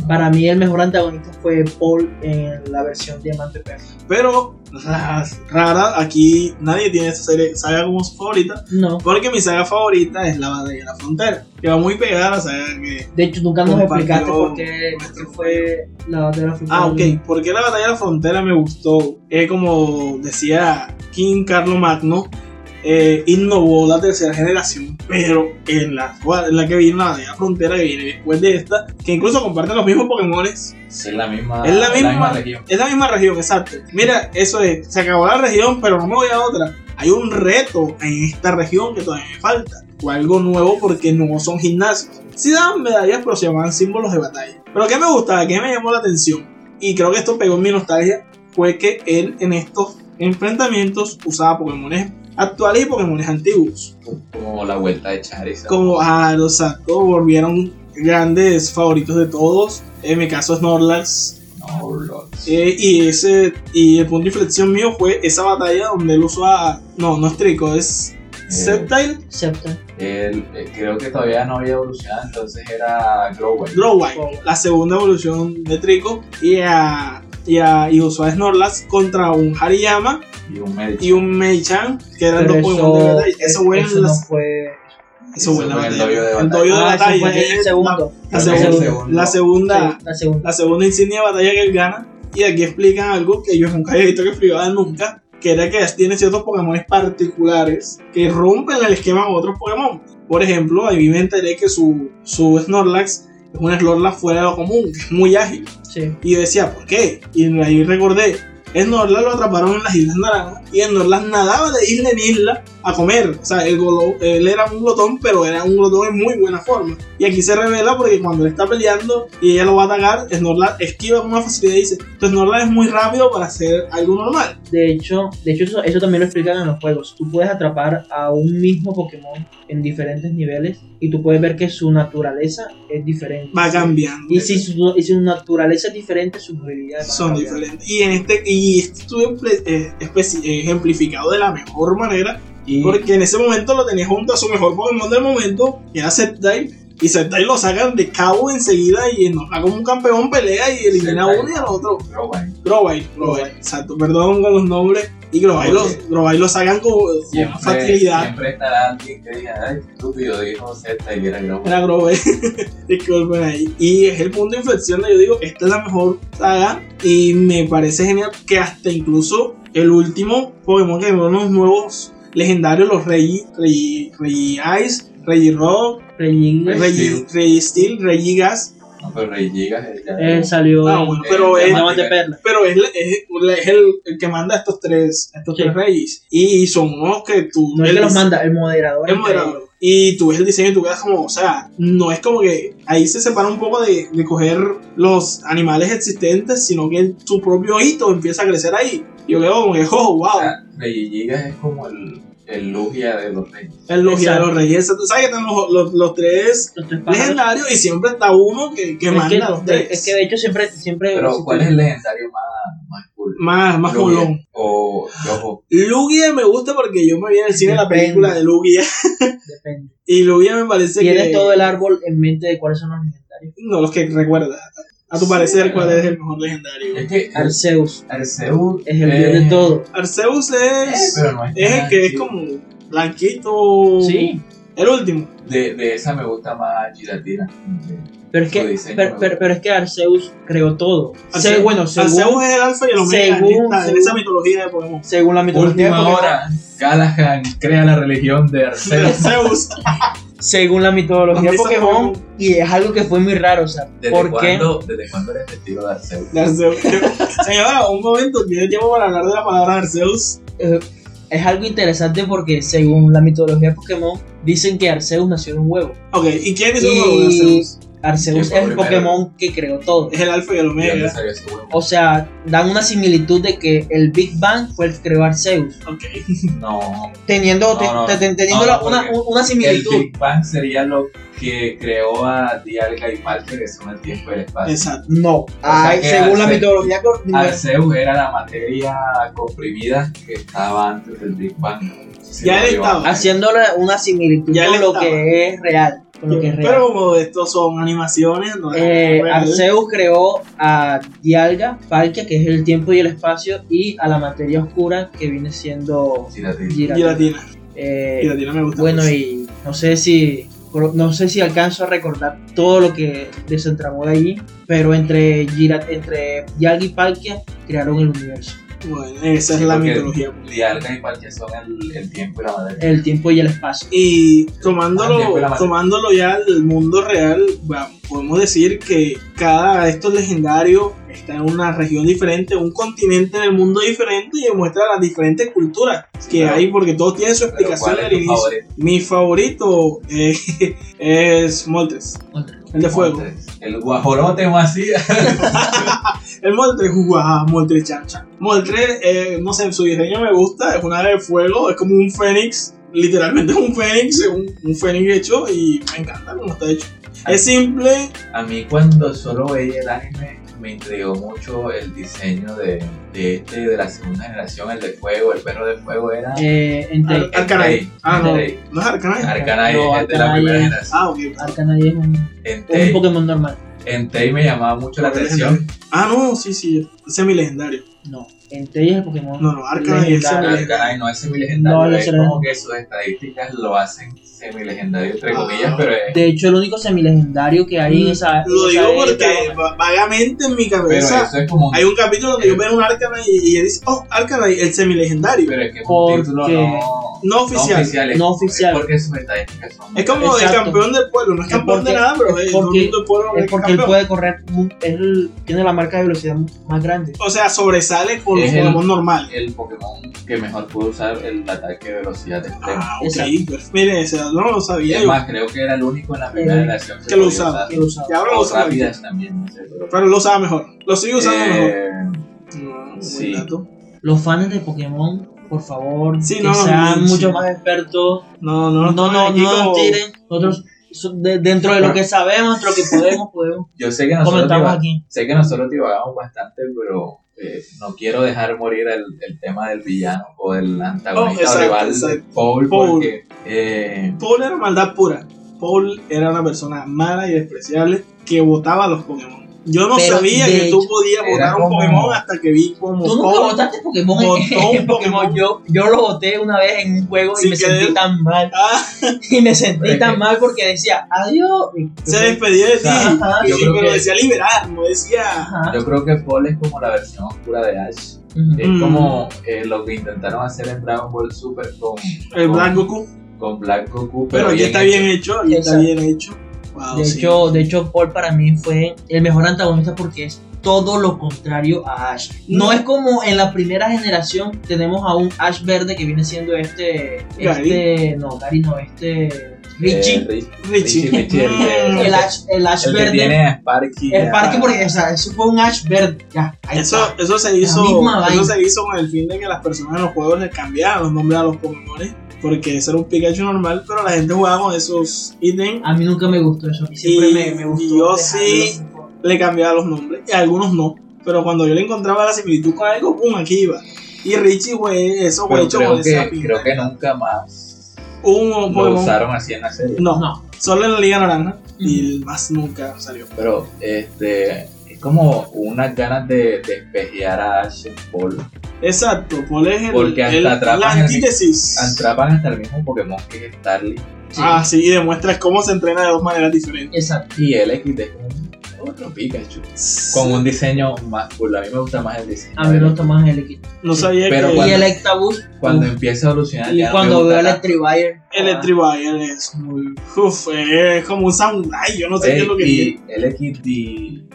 Speaker 4: Para mí, el mejor antagonista fue Paul en la versión Diamante Perla.
Speaker 3: Pero, ra- rara, aquí nadie tiene esa serie, saga como su favorita,
Speaker 4: No.
Speaker 3: porque mi saga favorita es la batalla de la frontera, que va muy pegada a la saga que...
Speaker 4: De hecho, nunca nos
Speaker 3: Compartió
Speaker 4: explicaste por qué,
Speaker 3: nuestro
Speaker 4: por qué fue la batalla frontal.
Speaker 3: Ah, ok, ¿por qué la batalla de la frontera me gustó? Es como decía King Carlo Magno, eh, innovó la tercera generación, pero en la, cual- en la que viene la batalla de la frontera, que viene después de esta, que incluso comparten los mismos Pokémones,
Speaker 2: Es la misma,
Speaker 3: Es la misma.
Speaker 2: región.
Speaker 3: Es la misma región, exacto. Mira, eso es, se acabó la región, pero no me voy a otra. Hay un reto en esta región que todavía me falta. O algo nuevo porque no son gimnasios. Sí daban medallas, pero se llamaban símbolos de batalla. Pero que me gustaba, que me llamó la atención, y creo que esto pegó en mi nostalgia, fue que él en estos enfrentamientos usaba Pokémones actuales y Pokémones antiguos.
Speaker 2: Como la vuelta de Charizard.
Speaker 3: Como a los Santos volvieron grandes favoritos de todos. En mi caso, Snorlax,
Speaker 2: No, Lords.
Speaker 3: eh, y ese y el punto de inflexión mío fue esa batalla donde él usó a. No, no es Trico, es
Speaker 2: Eh.
Speaker 3: Sceptile
Speaker 4: Excepto.
Speaker 2: Él, eh, creo que todavía no había evolucionado, entonces era Glowwell.
Speaker 4: Oh.
Speaker 3: Drowwine, la segunda evolución de Trico. Y, a, y, a- y usó a Snorlax contra un Hariyama
Speaker 2: y un Medicham.
Speaker 3: y un Meichan, que eran
Speaker 4: Pero
Speaker 3: los Pokémon de
Speaker 4: eso,
Speaker 3: batalla. Eso fue en
Speaker 4: eso no
Speaker 3: las-
Speaker 4: fue.
Speaker 3: eso fue en la
Speaker 2: fue en el
Speaker 3: batalla.
Speaker 2: dojo de
Speaker 3: El dojo de
Speaker 4: Ah, eso
Speaker 3: batalla.
Speaker 4: fue en
Speaker 3: que
Speaker 4: el
Speaker 3: es la-
Speaker 4: segundo.
Speaker 3: La
Speaker 2: Creo que es el
Speaker 3: segunda.
Speaker 2: segundo.
Speaker 3: La segunda.
Speaker 4: Sí, la segunda.
Speaker 3: la segunda insignia de batalla que él gana. Y aquí explican algo que yo nunca había visto que explicaban nunca, que era que tiene ciertos Pokémon particulares que rompen el esquema de otros Pokémon. Por ejemplo, ahí me enteré que su, su Snorlax es un Snorlax fuera de lo común, que es muy ágil.
Speaker 4: Sí.
Speaker 3: Y yo decía, ¿por qué? Y ahí recordé, Snorlax lo atraparon en las Islas Naranjas y Snorlax nadaba de isla en isla a comer. O sea, el golo- él era un glotón, pero era un glotón en muy buena forma. Y aquí se revela porque cuando él está peleando y ella lo va a atacar, Snorlax esquiva con una facilidad y dice, tu Snorlax es muy rápido para hacer algo normal.
Speaker 4: De hecho, de hecho eso, eso también lo explican en los juegos. Tú puedes atrapar a un mismo Pokémon en diferentes niveles y tú puedes ver que su naturaleza es diferente.
Speaker 3: Va cambiando.
Speaker 4: Y si su, y si su naturaleza es diferente, sus habilidades van
Speaker 3: Son
Speaker 4: cambiando.
Speaker 3: diferentes. Y en este, y este estuvo emple- eh, especi- ejemplificado de la mejor manera
Speaker 2: Y
Speaker 3: Porque en ese momento lo tenía junto a su mejor Pokémon del momento, que era Sceptile. Y Sceptile lo sacan de cabo enseguida y nos da como un campeón pelea y elimina a
Speaker 2: Sceptile.
Speaker 3: uno y al otro.
Speaker 2: Glowwine.
Speaker 3: Grobay, Grobay, exacto, perdón con los nombres. Y Grobay lo, Grobay lo sacan como con
Speaker 2: Siempre,
Speaker 3: facilidad.
Speaker 2: siempre estará alguien que diga, ay, qué estúpido, dijo Z y era Glowwine.
Speaker 3: Era Grobay, disculpen ahí. Y es el punto de inflexión de yo digo, esta es la mejor saga. Y me parece genial que hasta incluso el último Pokémon que vemos los nuevos legendarios, los Rey, Rey, Rey Ice, Rey Rock,
Speaker 4: Reggie- Pues
Speaker 2: Reggie-
Speaker 3: Registeel, Regigas,
Speaker 2: No, pero Rey Giga es el que.
Speaker 4: Él salió
Speaker 3: Ah,
Speaker 4: en-
Speaker 3: bueno,
Speaker 2: eh,
Speaker 3: pero
Speaker 4: en
Speaker 3: es,
Speaker 2: no,
Speaker 4: Damas de Perla.
Speaker 3: pero es, la- es- la- es el, el que manda a estos tres, a estos
Speaker 4: Sí.
Speaker 3: tres reyes. Y son unos que tú.
Speaker 4: No es
Speaker 3: el
Speaker 4: que los
Speaker 3: dise-
Speaker 4: manda, eh. el moderador.
Speaker 3: el moderador. Y tú ves el diseño y tú quedas como, o sea, no es como que ahí se separa un poco de, de coger los animales existentes, sino que el- su propio hito empieza a crecer ahí. Yo veo como que, oh, wow,
Speaker 2: O
Speaker 4: Ah,
Speaker 2: sea, Rey Giga es como el, el Lugia de los Reyes.
Speaker 3: el logia de
Speaker 4: exacto.
Speaker 3: los reyes. Tú sabes que tenemos los, los- los tres
Speaker 4: Los tres pájaros.
Speaker 3: legendarios y siempre está uno que, que
Speaker 4: es,
Speaker 3: manda
Speaker 4: que,
Speaker 3: a los tres.
Speaker 4: es que de hecho siempre. siempre
Speaker 2: Pero, ¿cuál es el legendario más, más cool?
Speaker 3: más, más
Speaker 2: Lugia.
Speaker 3: molón.
Speaker 2: O Yojo.
Speaker 3: Lugia me gusta porque yo me vi en el cine la
Speaker 4: Depende.
Speaker 3: película de Lugia.
Speaker 4: Depende.
Speaker 3: Y Lugia me parece
Speaker 4: Tienes
Speaker 3: que.
Speaker 4: todo el árbol en mente de cuáles son los legendarios.
Speaker 3: No, los que recuerdas. A tu
Speaker 2: Sí,
Speaker 3: parecer,
Speaker 2: pero-
Speaker 3: ¿cuál es el mejor legendario?
Speaker 4: Eh.
Speaker 2: Es que Arce-
Speaker 4: Arceus
Speaker 2: Arceus
Speaker 4: es el dios de todo.
Speaker 3: Arceus
Speaker 2: eh,
Speaker 3: es.
Speaker 2: pero no es,
Speaker 3: Es el
Speaker 2: tan
Speaker 3: que es
Speaker 2: chido.
Speaker 3: como blanquito.
Speaker 4: Sí.
Speaker 3: El último.
Speaker 2: De, de esa me gusta más Giratina.
Speaker 4: Pero es
Speaker 2: Su
Speaker 4: que,
Speaker 2: diseño
Speaker 4: pero,
Speaker 2: me
Speaker 4: pero- pero es que Arceus creó todo.
Speaker 3: Arceus-
Speaker 4: Se- bueno, según,
Speaker 3: Arceus es el alfa y el omega en,
Speaker 4: según-
Speaker 3: esta- en esa mitología de Pokémon.
Speaker 4: según la mitología de
Speaker 2: Última
Speaker 4: Pokémon,
Speaker 2: hora. Callahan crea la religión de Arceus.
Speaker 3: Arceus.
Speaker 4: según la mitología de
Speaker 3: Empieza
Speaker 4: Pokémon, y es algo que fue muy raro, o sea,
Speaker 2: ¿Desde
Speaker 4: ¿por qué?
Speaker 2: cuándo, ¿Desde cuándo eres testigo de Arceus?
Speaker 3: de Arceus. Señora, un momento, tiene tiempo para hablar de la palabra Arceus.
Speaker 4: Eh, es algo interesante porque según la mitología de Pokémon, dicen que Arceus nació de un huevo.
Speaker 3: Ok, ¿y quién es el
Speaker 4: Y-
Speaker 3: nuevo de Arceus?
Speaker 4: Arceus es
Speaker 2: ¿Quién fue
Speaker 4: el
Speaker 2: primero?
Speaker 4: Pokémon que creó todo.
Speaker 3: Es el alfa y el
Speaker 2: ¿De dónde
Speaker 3: omega.
Speaker 2: salió ese huevo?
Speaker 4: O sea, dan una similitud de que el Big Bang fue el que creó Arceus.
Speaker 3: Ok.
Speaker 2: No.
Speaker 4: Teniendo, te-
Speaker 2: no,
Speaker 4: te- te- teniendo
Speaker 2: no,
Speaker 4: la-
Speaker 2: no,
Speaker 4: una,
Speaker 2: porque
Speaker 4: una
Speaker 2: El
Speaker 4: similitud.
Speaker 2: Big Bang sería lo que creó a Dialga y Palkia, que son el tiempo y el espacio.
Speaker 3: Exacto.
Speaker 4: No,
Speaker 2: sea,
Speaker 4: Ay,
Speaker 2: que
Speaker 4: según la
Speaker 2: Arceus-
Speaker 4: mitología cor-
Speaker 2: Arceus era la materia comprimida que estaba antes del Big Bang. Se
Speaker 3: Ya
Speaker 2: lo
Speaker 3: él
Speaker 2: dio.
Speaker 3: estaba.
Speaker 4: haciéndole una similitud
Speaker 3: Ya
Speaker 4: con
Speaker 3: le
Speaker 4: lo
Speaker 3: estaba.
Speaker 4: que es real. Con lo que es real.
Speaker 3: Pero como estos son animaciones, no es
Speaker 4: Eh,
Speaker 3: real.
Speaker 4: Arceus creó a Dialga, Palkia, que es el tiempo y el espacio, y a la materia oscura, que viene siendo
Speaker 2: Giratina.
Speaker 4: Giratina.
Speaker 3: Giratina.
Speaker 4: Eh,
Speaker 3: Giratina me gusta.
Speaker 4: bueno,
Speaker 3: mucho.
Speaker 4: y no sé si no sé si alcanzo a recordar todo lo que desentramó de allí, pero entre, Gira- entre Dialga y Palkia crearon el universo,
Speaker 3: Bueno, esa es
Speaker 2: Sí,
Speaker 3: la
Speaker 2: porque-
Speaker 3: mitología.
Speaker 2: Dialga y Palkia son el, el tiempo y la materia.
Speaker 4: el tiempo y el espacio.
Speaker 3: Y
Speaker 2: Ah, ya fue la
Speaker 3: tomándolo,
Speaker 2: madre.
Speaker 3: tomándolo ya del mundo real, va, podemos decir que cada de estos legendarios está en una región diferente, un continente en el mundo diferente y demuestra las diferentes culturas que
Speaker 2: pero-
Speaker 3: hay porque todos tienen su
Speaker 2: Pero
Speaker 3: explicación
Speaker 2: ¿cuál
Speaker 3: al
Speaker 2: es tu
Speaker 3: inicio.
Speaker 2: favorito?
Speaker 3: Mi favorito eh, es Moltres, el de fuego.
Speaker 2: Montes. El guajolote vacía.
Speaker 3: El Moltres, guau, Moltres chan chan. Moltres, eh, no sé, su diseño me gusta, es una ave de fuego, es como un fénix, literalmente es un fénix, es un, un fénix hecho y me encanta cómo está hecho. Es simple,
Speaker 2: A mí cuando solo veía el anime me intrigó mucho el diseño de, de este de la segunda generación, el de fuego, el perro de fuego era
Speaker 4: Eh,
Speaker 3: Ar-
Speaker 4: entre
Speaker 3: Arcanine. Ah, no.
Speaker 2: Entei.
Speaker 3: No es Arcanine.
Speaker 2: Arcanine,
Speaker 4: No,
Speaker 2: es de la
Speaker 4: Arcanine.
Speaker 2: primera generación.
Speaker 3: Ah, ok.
Speaker 4: Arcanine es un, es un
Speaker 2: Entei,
Speaker 4: Pokémon normal.
Speaker 2: Entei me llamaba mucho la
Speaker 3: Pokémon
Speaker 2: atención.
Speaker 3: Ah, no, sí, sí. Semi-legendario.
Speaker 4: No, entre ellas el Pokémon.
Speaker 3: No, no, Arcanine es
Speaker 4: Legendario.
Speaker 3: semi-legendario.
Speaker 2: Arcanine no es
Speaker 4: No,
Speaker 2: semilegendario,
Speaker 4: no
Speaker 2: es
Speaker 4: será.
Speaker 2: como que sus estadísticas lo hacen semilegendario entre
Speaker 3: Ah.
Speaker 2: comillas, pero es,
Speaker 4: De hecho, el único semilegendario que hay en esa.
Speaker 3: Mm, Lo
Speaker 4: en
Speaker 3: digo
Speaker 4: esa era
Speaker 3: porque
Speaker 4: Dialga.
Speaker 3: va- vagamente en mi
Speaker 2: pero
Speaker 3: cabeza
Speaker 2: eso es como un,
Speaker 3: hay un capítulo donde yo veo un Arcanine y, y él dice, oh, Arcanine, el semi-legendario.
Speaker 2: pero es que es un título
Speaker 4: Porque-
Speaker 2: no,
Speaker 3: No
Speaker 2: no
Speaker 3: oficial.
Speaker 2: es-
Speaker 4: No oficial.
Speaker 2: es porque sus estadísticas son
Speaker 3: Es como
Speaker 4: Exacto.
Speaker 3: el campeón del pueblo. No es
Speaker 4: Es
Speaker 3: campeón
Speaker 4: porque-
Speaker 3: de nada, pero
Speaker 4: es
Speaker 3: es
Speaker 4: porque-
Speaker 3: el del pueblo
Speaker 4: Es
Speaker 3: es
Speaker 4: porque él
Speaker 3: campeón.
Speaker 4: puede correr. mu- es el- tiene la marca de velocidad más grande.
Speaker 3: O sea, sobresale con los
Speaker 2: Es el-
Speaker 3: Pokémon normales.
Speaker 2: el Pokémon que mejor pudo usar el ataque de velocidad extrema.
Speaker 3: Ah, ok.
Speaker 4: Exacto.
Speaker 3: pues, Miren, o sea, no lo
Speaker 2: Y
Speaker 3: sabía.
Speaker 2: es
Speaker 3: yo.
Speaker 2: más, creo que era el único en la primera
Speaker 4: Eh,
Speaker 2: generación
Speaker 3: que lo
Speaker 2: podía
Speaker 3: usaba.
Speaker 2: usar.
Speaker 4: que lo usaba.
Speaker 3: Y ahora lo
Speaker 2: O
Speaker 3: usa mejor.
Speaker 2: rápidas también, no sé, pero-
Speaker 3: Pero lo usaba mejor. Lo sigue usando mejor.
Speaker 2: Eh,
Speaker 3: No, buen
Speaker 2: sí.
Speaker 3: dato.
Speaker 4: Los fans de Pokémon, por favor,
Speaker 3: Sí,
Speaker 4: que
Speaker 3: no, no,
Speaker 4: sean
Speaker 3: sí.
Speaker 4: mucho más expertos.
Speaker 3: No, no,
Speaker 4: No, no, no,
Speaker 3: aquí
Speaker 4: nos
Speaker 3: como-
Speaker 4: tiren. Nosotros, so- de- dentro de lo que sabemos, dentro de lo que podemos, podemos.
Speaker 2: Yo sé que nosotros
Speaker 4: Comentamos
Speaker 2: diva-
Speaker 4: aquí.
Speaker 2: sé que nosotros divagamos bastante, pero eh, no quiero dejar morir el, el tema del villano o del antagonista
Speaker 3: Oh,
Speaker 2: o
Speaker 3: exacto,
Speaker 2: rival
Speaker 3: exacto.
Speaker 2: Paul,
Speaker 3: Paul.
Speaker 2: porque eh,
Speaker 3: Paul era maldad pura. Paul era una persona mala y despreciable que votaba a los Pokémon. Yo no
Speaker 4: Pero,
Speaker 3: sabía
Speaker 4: de
Speaker 3: que tú
Speaker 4: hecho,
Speaker 3: podías
Speaker 2: era
Speaker 3: votar a un
Speaker 2: como-
Speaker 3: Pokémon hasta que vi como
Speaker 4: Tú nunca
Speaker 3: Paul-
Speaker 4: votaste Pokémon.
Speaker 3: Votó un
Speaker 4: en
Speaker 3: Pokémon.
Speaker 4: Pokémon. Yo, yo lo voté una vez en un juego
Speaker 3: Sí,
Speaker 4: y me
Speaker 3: que
Speaker 4: sentí
Speaker 3: él-
Speaker 4: tan mal.
Speaker 3: Ah,
Speaker 4: Y me sentí
Speaker 2: Pero es
Speaker 4: tan
Speaker 2: que-
Speaker 4: mal porque decía adiós.
Speaker 3: se despedía de ti.
Speaker 4: Ajá,
Speaker 3: Ah, Sí,
Speaker 2: yo creo
Speaker 3: pero
Speaker 2: que-
Speaker 3: decía liberar, no decía.
Speaker 4: Ajá.
Speaker 2: yo creo que Paul es como la versión oscura de Ash.
Speaker 4: Ujú.
Speaker 2: Es
Speaker 3: Mm.
Speaker 2: como eh, lo que intentaron hacer en Dragon Ball Super con,
Speaker 3: El
Speaker 2: con-
Speaker 4: Oh,
Speaker 3: Black Goku.
Speaker 2: con Black Goku,
Speaker 3: Pero aquí está
Speaker 2: hecho.
Speaker 3: bien hecho, aquí está
Speaker 4: Exacto.
Speaker 3: bien hecho. Wow,
Speaker 4: De
Speaker 3: sí.
Speaker 4: hecho, de hecho, Paul para mí fue el mejor antagonista porque es todo lo contrario a Ash.
Speaker 3: Mm.
Speaker 4: No es como en la primera generación tenemos a un Ash verde que viene siendo este,
Speaker 3: Gary.
Speaker 4: este, no, Gary no, este Richie.
Speaker 2: Eh, Rich-
Speaker 3: Richie.
Speaker 2: Richie, Richie, el de-
Speaker 4: el Ash, el Ash
Speaker 2: el que
Speaker 4: verde.
Speaker 2: tiene a Sparky.
Speaker 4: el
Speaker 2: a-
Speaker 4: parque porque o sea, eso fue un Ash verde. Ya, ahí
Speaker 3: Eso,
Speaker 4: está.
Speaker 3: eso se hizo
Speaker 4: misma
Speaker 3: eso
Speaker 4: vaina.
Speaker 3: se hizo con el fin de que las personas en los juegos le cambiaran los nombres a los Pokémon porque ese era un Pikachu normal, pero la gente jugaba con esos ítems,
Speaker 4: A mí nunca me gustó eso. A mí siempre
Speaker 3: Y-
Speaker 4: me, me gustó.
Speaker 3: y
Speaker 4: dejarlo
Speaker 3: yo sí.
Speaker 4: así.
Speaker 3: le cambiaba los nombres y a algunos no, pero cuando yo le encontraba la similitud con algo, pum, aquí iba. Y Richie, güey, eso
Speaker 2: Pero
Speaker 3: güey, hecho
Speaker 2: creo,
Speaker 3: con esa
Speaker 2: que,
Speaker 3: pinta.
Speaker 2: creo que nunca más
Speaker 3: Hubo un
Speaker 2: lo
Speaker 3: Pokémon-
Speaker 2: usaron así en la serie.
Speaker 3: No,
Speaker 4: No.
Speaker 3: solo en la Liga Naranja y el más nunca salió.
Speaker 2: Pero este es como unas ganas de despejear a Ash en Paul.
Speaker 3: Exacto, Paul es el,
Speaker 2: Porque hasta
Speaker 3: el-
Speaker 2: atrapan
Speaker 3: la
Speaker 2: el mi-
Speaker 3: antítesis.
Speaker 2: Atrapan hasta el mismo Pokémon que es Starly.
Speaker 4: Sí,
Speaker 3: Ah, sí, y demuestras cómo se entrena de dos maneras diferentes.
Speaker 4: Exacto.
Speaker 2: Y el XD es como otro Pikachu. Con un diseño más cool. A mí me gusta más el diseño.
Speaker 4: A mí me gusta más el equipo.
Speaker 3: No
Speaker 4: Sí.
Speaker 3: sabía
Speaker 2: Pero
Speaker 3: que
Speaker 4: Y
Speaker 2: cuando-
Speaker 4: el Ectabus.
Speaker 2: Cuando empieza a evolucionar
Speaker 4: Y
Speaker 2: ya no me
Speaker 4: cuando
Speaker 2: gusta Ah.
Speaker 4: veo el
Speaker 2: tanto.
Speaker 4: Electrivire.
Speaker 3: el Electrivire es muy. Uf, es como un samurai, yo no sé qué es lo que
Speaker 2: Ey,
Speaker 3: tiene.
Speaker 2: y el XD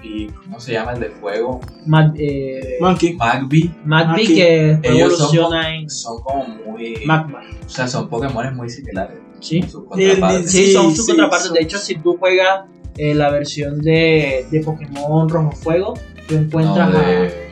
Speaker 2: y ¿cómo se llama el de fuego?
Speaker 4: Mad, eh,
Speaker 3: Monkey.
Speaker 2: Magby
Speaker 4: Mad
Speaker 3: Maki.
Speaker 4: Bee que
Speaker 2: Ellos son-
Speaker 4: evoluciona en
Speaker 2: son como muy
Speaker 4: Magma.
Speaker 2: o sea son Pokémon muy similares
Speaker 4: ¿sí?
Speaker 2: sus contrapartes.
Speaker 4: Sí,
Speaker 3: Sí,
Speaker 4: son sus
Speaker 3: sí,
Speaker 4: contrapartes.
Speaker 3: son-
Speaker 4: De hecho, si tú juegas eh, la versión de, de Pokémon Rojo Fuego, tú encuentras
Speaker 2: No,
Speaker 4: a-
Speaker 2: de-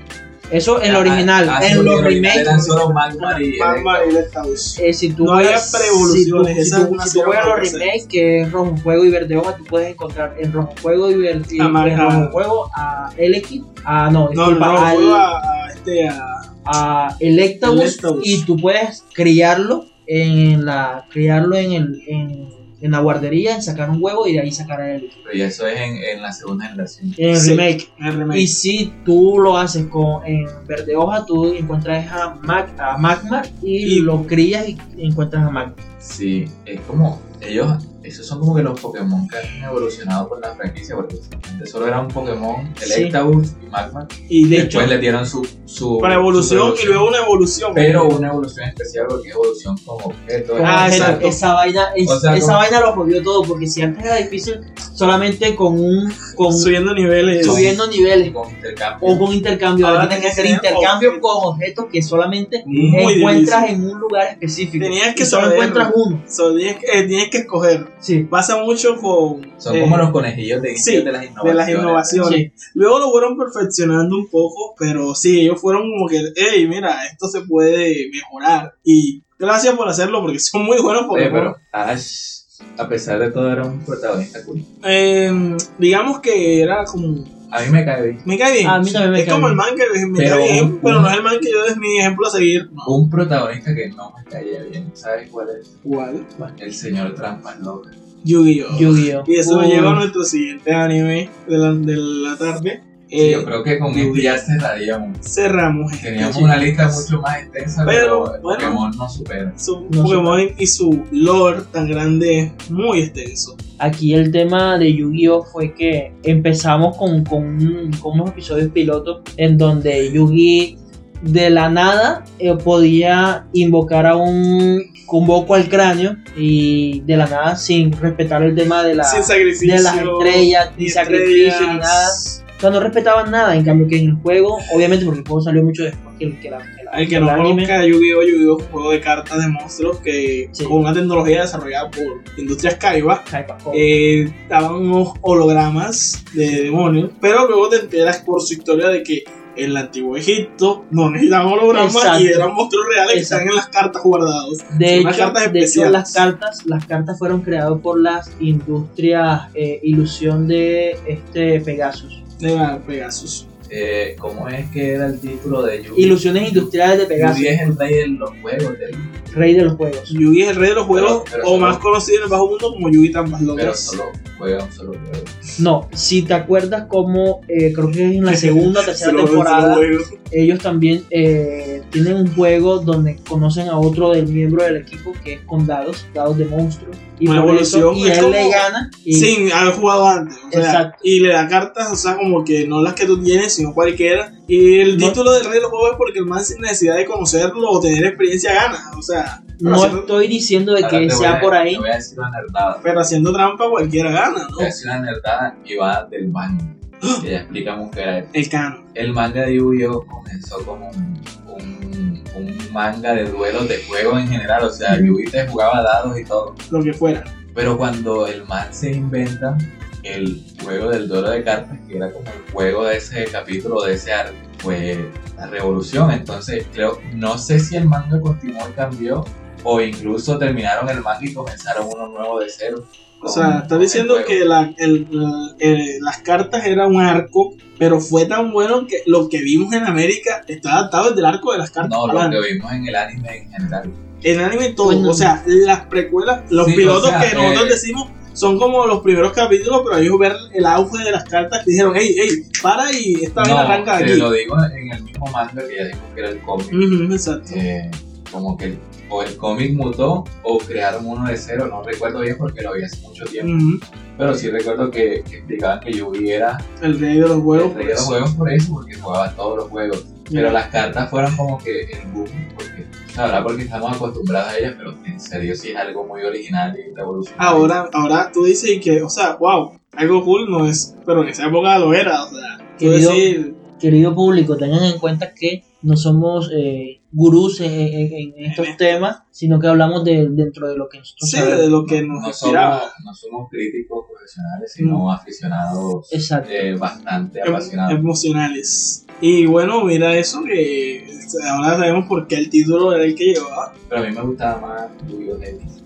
Speaker 4: eso en el
Speaker 2: Ah,
Speaker 4: original.
Speaker 2: ah, sí,
Speaker 4: en los
Speaker 2: porque el original
Speaker 4: remakes.
Speaker 2: eran solo Magmar y
Speaker 3: Magma y Electabuzz.
Speaker 4: eh, si tú
Speaker 3: No había
Speaker 4: juegas-
Speaker 3: pre-evoluciones,
Speaker 4: si tú-
Speaker 3: esas
Speaker 4: Si tú, si tú
Speaker 3: nacieron
Speaker 4: juegas los
Speaker 3: antes.
Speaker 4: remakes, que es Rojo Fuego y Verde Hoja, tú puedes encontrar en Rojo Fuego y Verde
Speaker 3: A Mag-
Speaker 4: en
Speaker 3: a-
Speaker 4: Rojo Fuego a Elekid. Ah, no,
Speaker 3: No, no,
Speaker 4: disculpa, al-
Speaker 3: fue a, a este. A,
Speaker 4: a Electabuzz,
Speaker 3: Electabuzz.
Speaker 4: y tú puedes criarlo en la criarlo en el en, en la guardería, en sacar un huevo y de ahí sacar el,
Speaker 2: y eso es en, en la segunda generación
Speaker 4: el
Speaker 3: Sí,
Speaker 4: remake.
Speaker 3: el remake.
Speaker 4: Y si tú lo haces con en verde hoja, tú encuentras a, Mag, a Magmar y,
Speaker 3: Y-
Speaker 4: lo crías y encuentras a Magmar.
Speaker 2: sí es como ellos esos son como que los Pokémon que han evolucionado por la franquicia porque antes solo era un Pokémon
Speaker 4: Sí.
Speaker 2: Electabuzz y Magmar
Speaker 3: Y de
Speaker 2: después
Speaker 3: hecho,
Speaker 2: le dieron su su
Speaker 3: para
Speaker 2: su
Speaker 3: evolución y
Speaker 2: evolución.
Speaker 3: luego una evolución.
Speaker 2: pero una evolución especial porque es evolución como objeto
Speaker 3: Ah,
Speaker 2: es-
Speaker 4: esa,
Speaker 3: exacto.
Speaker 4: esa vaina, es-
Speaker 2: O sea,
Speaker 4: esa
Speaker 2: como-
Speaker 4: vaina lo jodió todo, porque si antes era difícil solamente con un con
Speaker 3: subiendo niveles.
Speaker 4: subiendo niveles
Speaker 2: con intercambio
Speaker 4: o con intercambio.
Speaker 3: Ahora
Speaker 4: Ahora tienes que hacer
Speaker 3: tienes que tener
Speaker 4: intercambio
Speaker 3: objetos.
Speaker 4: con objetos que solamente
Speaker 3: Muy
Speaker 4: encuentras en un lugar específico.
Speaker 3: Tenías que
Speaker 4: Y solo
Speaker 3: saber-
Speaker 4: encuentras uno.
Speaker 3: So, tienes, que- eh, tienes que escoger.
Speaker 4: Sí.
Speaker 3: Pasa mucho con.
Speaker 2: son
Speaker 3: eh,
Speaker 2: como los conejillos de,
Speaker 3: sí,
Speaker 2: de las innovaciones
Speaker 3: de las innovaciones.
Speaker 4: Sí.
Speaker 3: Luego lo fueron perfeccionando un poco, pero sí, ellos fueron como que, hey, mira, esto se puede mejorar. Y gracias por hacerlo porque son muy buenos
Speaker 2: Oye,
Speaker 3: Pokémon.
Speaker 2: pero Ash a pesar de todo era un protagonista cool
Speaker 3: Eh, digamos que era como,
Speaker 2: a mí me cae bien
Speaker 3: me cae bien.
Speaker 4: A mí también me
Speaker 3: es
Speaker 4: cae
Speaker 3: como el
Speaker 4: bien.
Speaker 3: man que me
Speaker 2: Pero
Speaker 3: cae bien,
Speaker 2: un-
Speaker 3: pero
Speaker 2: un-
Speaker 3: no es el man que yo es mi ejemplo a seguir. No.
Speaker 2: un protagonista que no me caía bien, ¿sabes cuál es?
Speaker 3: ¿Cuál?
Speaker 2: El señor Trampas López.
Speaker 3: Yu-Gi-Oh.
Speaker 4: Yu-Gi-Oh. Uh.
Speaker 3: Y eso nos
Speaker 4: Uy.
Speaker 3: lleva a nuestro siguiente anime de la, de la tarde.
Speaker 2: Sí,
Speaker 3: Eh,
Speaker 2: yo creo que con
Speaker 3: Yu-Gi-Oh.
Speaker 2: este ya cerraríamos.
Speaker 3: cerramos. este
Speaker 2: Teníamos
Speaker 3: chico.
Speaker 2: una lista mucho más extensa,
Speaker 3: Pero,
Speaker 2: pero,
Speaker 3: bueno.
Speaker 2: Pokémon no supera.
Speaker 3: Su
Speaker 4: No sé.
Speaker 3: Pokémon y su lore tan grande es muy extenso.
Speaker 4: Aquí el tema de Yu-Gi-Oh fue que empezamos con, con, un- con unos episodios pilotos en donde Yugi de la nada eh, podía invocar a un convoco al cráneo y de la nada sin respetar el tema de la
Speaker 3: Sin sacrificio.
Speaker 4: de las estrellas,
Speaker 3: ni
Speaker 4: ni sacrificio, ni nada.
Speaker 3: estrellas.
Speaker 4: O sea, no respetaban nada, en cambio que en el juego, obviamente porque el juego salió mucho después que el, que la, que la-
Speaker 3: Al que
Speaker 4: el
Speaker 3: no
Speaker 4: anime.
Speaker 3: conozca Yu-Gi-Oh! Yu-Gi-Oh! es un juego de cartas de monstruos que
Speaker 4: Sí.
Speaker 3: con una tecnología desarrollada por Industrias Kaiba
Speaker 4: Kaiba Code.
Speaker 3: eh, daban unos hologramas de demonios, pero luego te enteras por su historia de que en el antiguo Egipto no necesitaban hologramas
Speaker 4: Exacto.
Speaker 3: y eran monstruos reales
Speaker 4: Exacto.
Speaker 3: que están en las cartas guardados.
Speaker 4: de,
Speaker 3: unas
Speaker 4: hecho,
Speaker 3: cartas
Speaker 4: de hecho,
Speaker 3: especiales.
Speaker 4: las cartas, las cartas fueron creadas por las industrias eh, ilusión de este Pegasus.
Speaker 3: De la Pegasus.
Speaker 2: Eh, ¿Cómo es que era el título de Yu?
Speaker 4: Ilusiones industriales de Pegasus,
Speaker 2: Yugi es el rey de los juegos, del-
Speaker 4: rey de los juegos.
Speaker 3: Yugi es el rey de los juegos,
Speaker 2: Pero- pero
Speaker 3: o
Speaker 2: solo-
Speaker 3: más conocido en el bajo mundo como Yugi Trampas
Speaker 2: pero
Speaker 3: Locas.
Speaker 2: solo juega un solo juego.
Speaker 4: No, si te acuerdas como eh, creo que es en la segunda o tercera
Speaker 3: Solo- solo
Speaker 4: temporada,
Speaker 3: juego.
Speaker 4: ellos también eh, tienen un juego donde conocen a otro del miembro del equipo que es con dados, dados de monstruos. Y,
Speaker 3: Una
Speaker 4: por eso-
Speaker 3: evolución,
Speaker 4: y
Speaker 3: es
Speaker 4: él le
Speaker 3: como-
Speaker 4: gana. Y,
Speaker 3: sin haber jugado antes. o sea,
Speaker 4: Exacto.
Speaker 3: y le da cartas, o sea, como que no las que tú tienes, sino cualquiera. Y el
Speaker 4: No.
Speaker 3: título del rey de los juegos es porque el man sin necesidad de conocerlo o tener experiencia gana. O sea, pero,
Speaker 4: no
Speaker 3: haciendo,
Speaker 4: estoy diciendo de
Speaker 2: Ahora
Speaker 4: que
Speaker 2: te voy
Speaker 4: sea
Speaker 2: a-
Speaker 4: por ahí.
Speaker 2: Te voy a decir una nerdada.
Speaker 3: pero haciendo trampa cualquiera gana,
Speaker 2: Te
Speaker 3: ¿no?
Speaker 2: voy a decir una nerdada y va del man. Que ya explicamos que era él.
Speaker 3: El can.
Speaker 2: El manga de Yu-Gi-Oh! comenzó como un, un, un manga de duelos de juego en general. O sea, Yu-Gi te jugaba dados y todo.
Speaker 3: lo que fuera.
Speaker 2: Pero cuando el man se inventa el juego del duelo de cartas, que era como el juego de ese capítulo, de ese arco, fue la revolución. Entonces, creo, no sé si el manga continuó y cambió, o incluso terminaron el manga y comenzaron uno nuevo de cero.
Speaker 3: O sea,
Speaker 2: está
Speaker 3: estás diciendo que la- el- la- el- las cartas era un arco, pero fue tan bueno que lo que vimos en América está adaptado desde el arco de las cartas.
Speaker 2: No,
Speaker 3: para
Speaker 2: lo que
Speaker 3: adelante.
Speaker 2: vimos en el anime en general.
Speaker 3: En anime todo,
Speaker 4: Pues no.
Speaker 3: o sea, las precuelas, los
Speaker 2: Sí, o
Speaker 3: pilotos
Speaker 2: sea,
Speaker 3: que nosotros
Speaker 2: eh,
Speaker 3: decimos son como los primeros capítulos, pero ellos ver el auge de las cartas que dijeron, hey, hey, para y esta vez
Speaker 2: no,
Speaker 3: arranca de
Speaker 2: te
Speaker 3: aquí.
Speaker 2: lo digo en el mismo manga que ya dijo que era el cómic.
Speaker 3: Ujú, exacto.
Speaker 2: eh, como que o el cómic mutó o crearon uno de cero, no recuerdo bien porque lo vi hace mucho tiempo.
Speaker 3: Ujú,
Speaker 2: Pero sí recuerdo que que explicaban que Yugi era
Speaker 3: El rey de los juegos. pues.
Speaker 2: el rey
Speaker 3: Mm.
Speaker 2: de los juegos por eso, porque jugaba todos los juegos. Pero las cartas fueron como que el boom, porque, la verdad, porque estamos acostumbrados a ellas, pero en serio sí es algo muy original y revolucionario.
Speaker 3: Ahora, ahora tú dices que, o sea, wow, algo cool no es, pero en esa época lo era, o sea, tú
Speaker 4: Querido-
Speaker 3: decir,
Speaker 4: Querido público, tengan en cuenta que no somos eh, gurús en, en- en estos
Speaker 3: En-
Speaker 4: temas, sino que hablamos de, dentro de lo que nosotros
Speaker 3: sí,
Speaker 4: sabemos.
Speaker 3: de lo que nos
Speaker 2: no somos,
Speaker 3: inspiraba.
Speaker 2: no somos críticos profesionales, sino aficionados
Speaker 4: Exacto.
Speaker 2: eh, bastante
Speaker 3: Em-
Speaker 2: apasionados.
Speaker 3: emocionales. Y bueno, mira eso que ahora sabemos por qué el título era el que llevaba.
Speaker 2: Pero a mí me gustaba más Yu-Gi-Oh! Davis.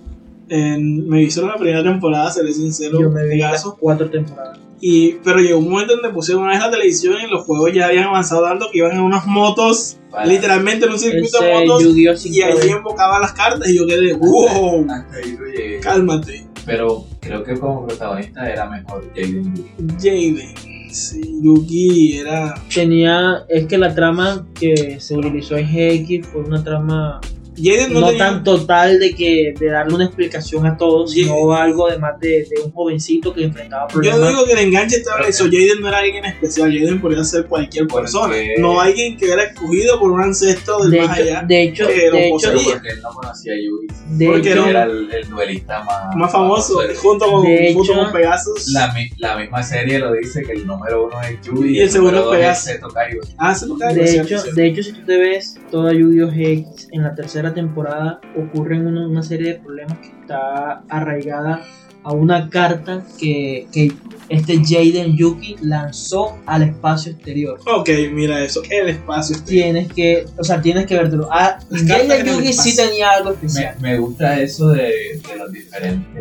Speaker 3: En- me hicieron la primera temporada, seré sincero,
Speaker 4: Yo me vi las
Speaker 3: Pegaso,
Speaker 4: cuatro temporadas.
Speaker 3: y Pero llegó un momento donde pusieron una vez la televisión y los juegos ya habían avanzado tanto que iban en unas motos,
Speaker 2: Para-
Speaker 3: literalmente en un circuito de
Speaker 4: Ese
Speaker 3: motos,
Speaker 4: Yu-Gi-Oh!
Speaker 3: y
Speaker 4: 5D.
Speaker 3: ahí enfocaban las cartas y yo quedé, wow,
Speaker 2: Hasta ahí lo llegué.
Speaker 3: cálmate,
Speaker 2: Pero creo que como protagonista era mejor Jaden Lee.
Speaker 3: Jaden. Sí, Yuki era.
Speaker 4: tenía es que la trama que se utilizó en GX fue una trama
Speaker 3: Jaden no,
Speaker 4: no
Speaker 3: tenía-
Speaker 4: tan total de que de darle una explicación a todos
Speaker 3: Sí.
Speaker 4: sino algo además de, de un jovencito que enfrentaba
Speaker 3: Yo
Speaker 4: problemas
Speaker 3: digo que el enganche estaba en eso. Jaden no era alguien especial. Jaden podía ser cualquier
Speaker 2: Porque-
Speaker 3: persona. No alguien que era escogido por un ancestro del
Speaker 4: de
Speaker 3: más
Speaker 4: hecho
Speaker 3: allá.
Speaker 4: de hecho
Speaker 3: pero
Speaker 4: de
Speaker 3: vos
Speaker 4: hecho,
Speaker 2: Pero
Speaker 3: sabías.
Speaker 2: porque él no conocía a Yugi.
Speaker 4: de
Speaker 3: porque
Speaker 4: hecho,
Speaker 2: Porque
Speaker 3: era
Speaker 2: era el, el duelista más,
Speaker 3: Más famoso,
Speaker 2: del-
Speaker 3: junto con,
Speaker 4: de
Speaker 3: junto
Speaker 4: hecho,
Speaker 3: con Pegasus.
Speaker 2: La, mi- la misma serie lo dice que el número uno es Yugi
Speaker 3: Y el segundo
Speaker 2: número dos
Speaker 3: es
Speaker 2: es Seto Kaiba.
Speaker 3: ah, se toca
Speaker 4: de hecho, de hecho, si tú te ves toda Yu-Gi-Oh! GX en la tercera temporada ocurren una, una serie de problemas que está arraigada a una carta que, que este Jaden Yuki lanzó al espacio exterior
Speaker 3: Ok, mira eso. El espacio. este.
Speaker 4: tienes que, o sea, tienes que verlo. Ah,
Speaker 3: Las cartas
Speaker 4: Gaia
Speaker 3: que no
Speaker 4: Yugi
Speaker 3: les
Speaker 4: sí
Speaker 3: pasan.
Speaker 4: tenía algo especial.
Speaker 2: Me, me gusta eso de, de los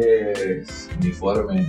Speaker 2: diferentes uniformes.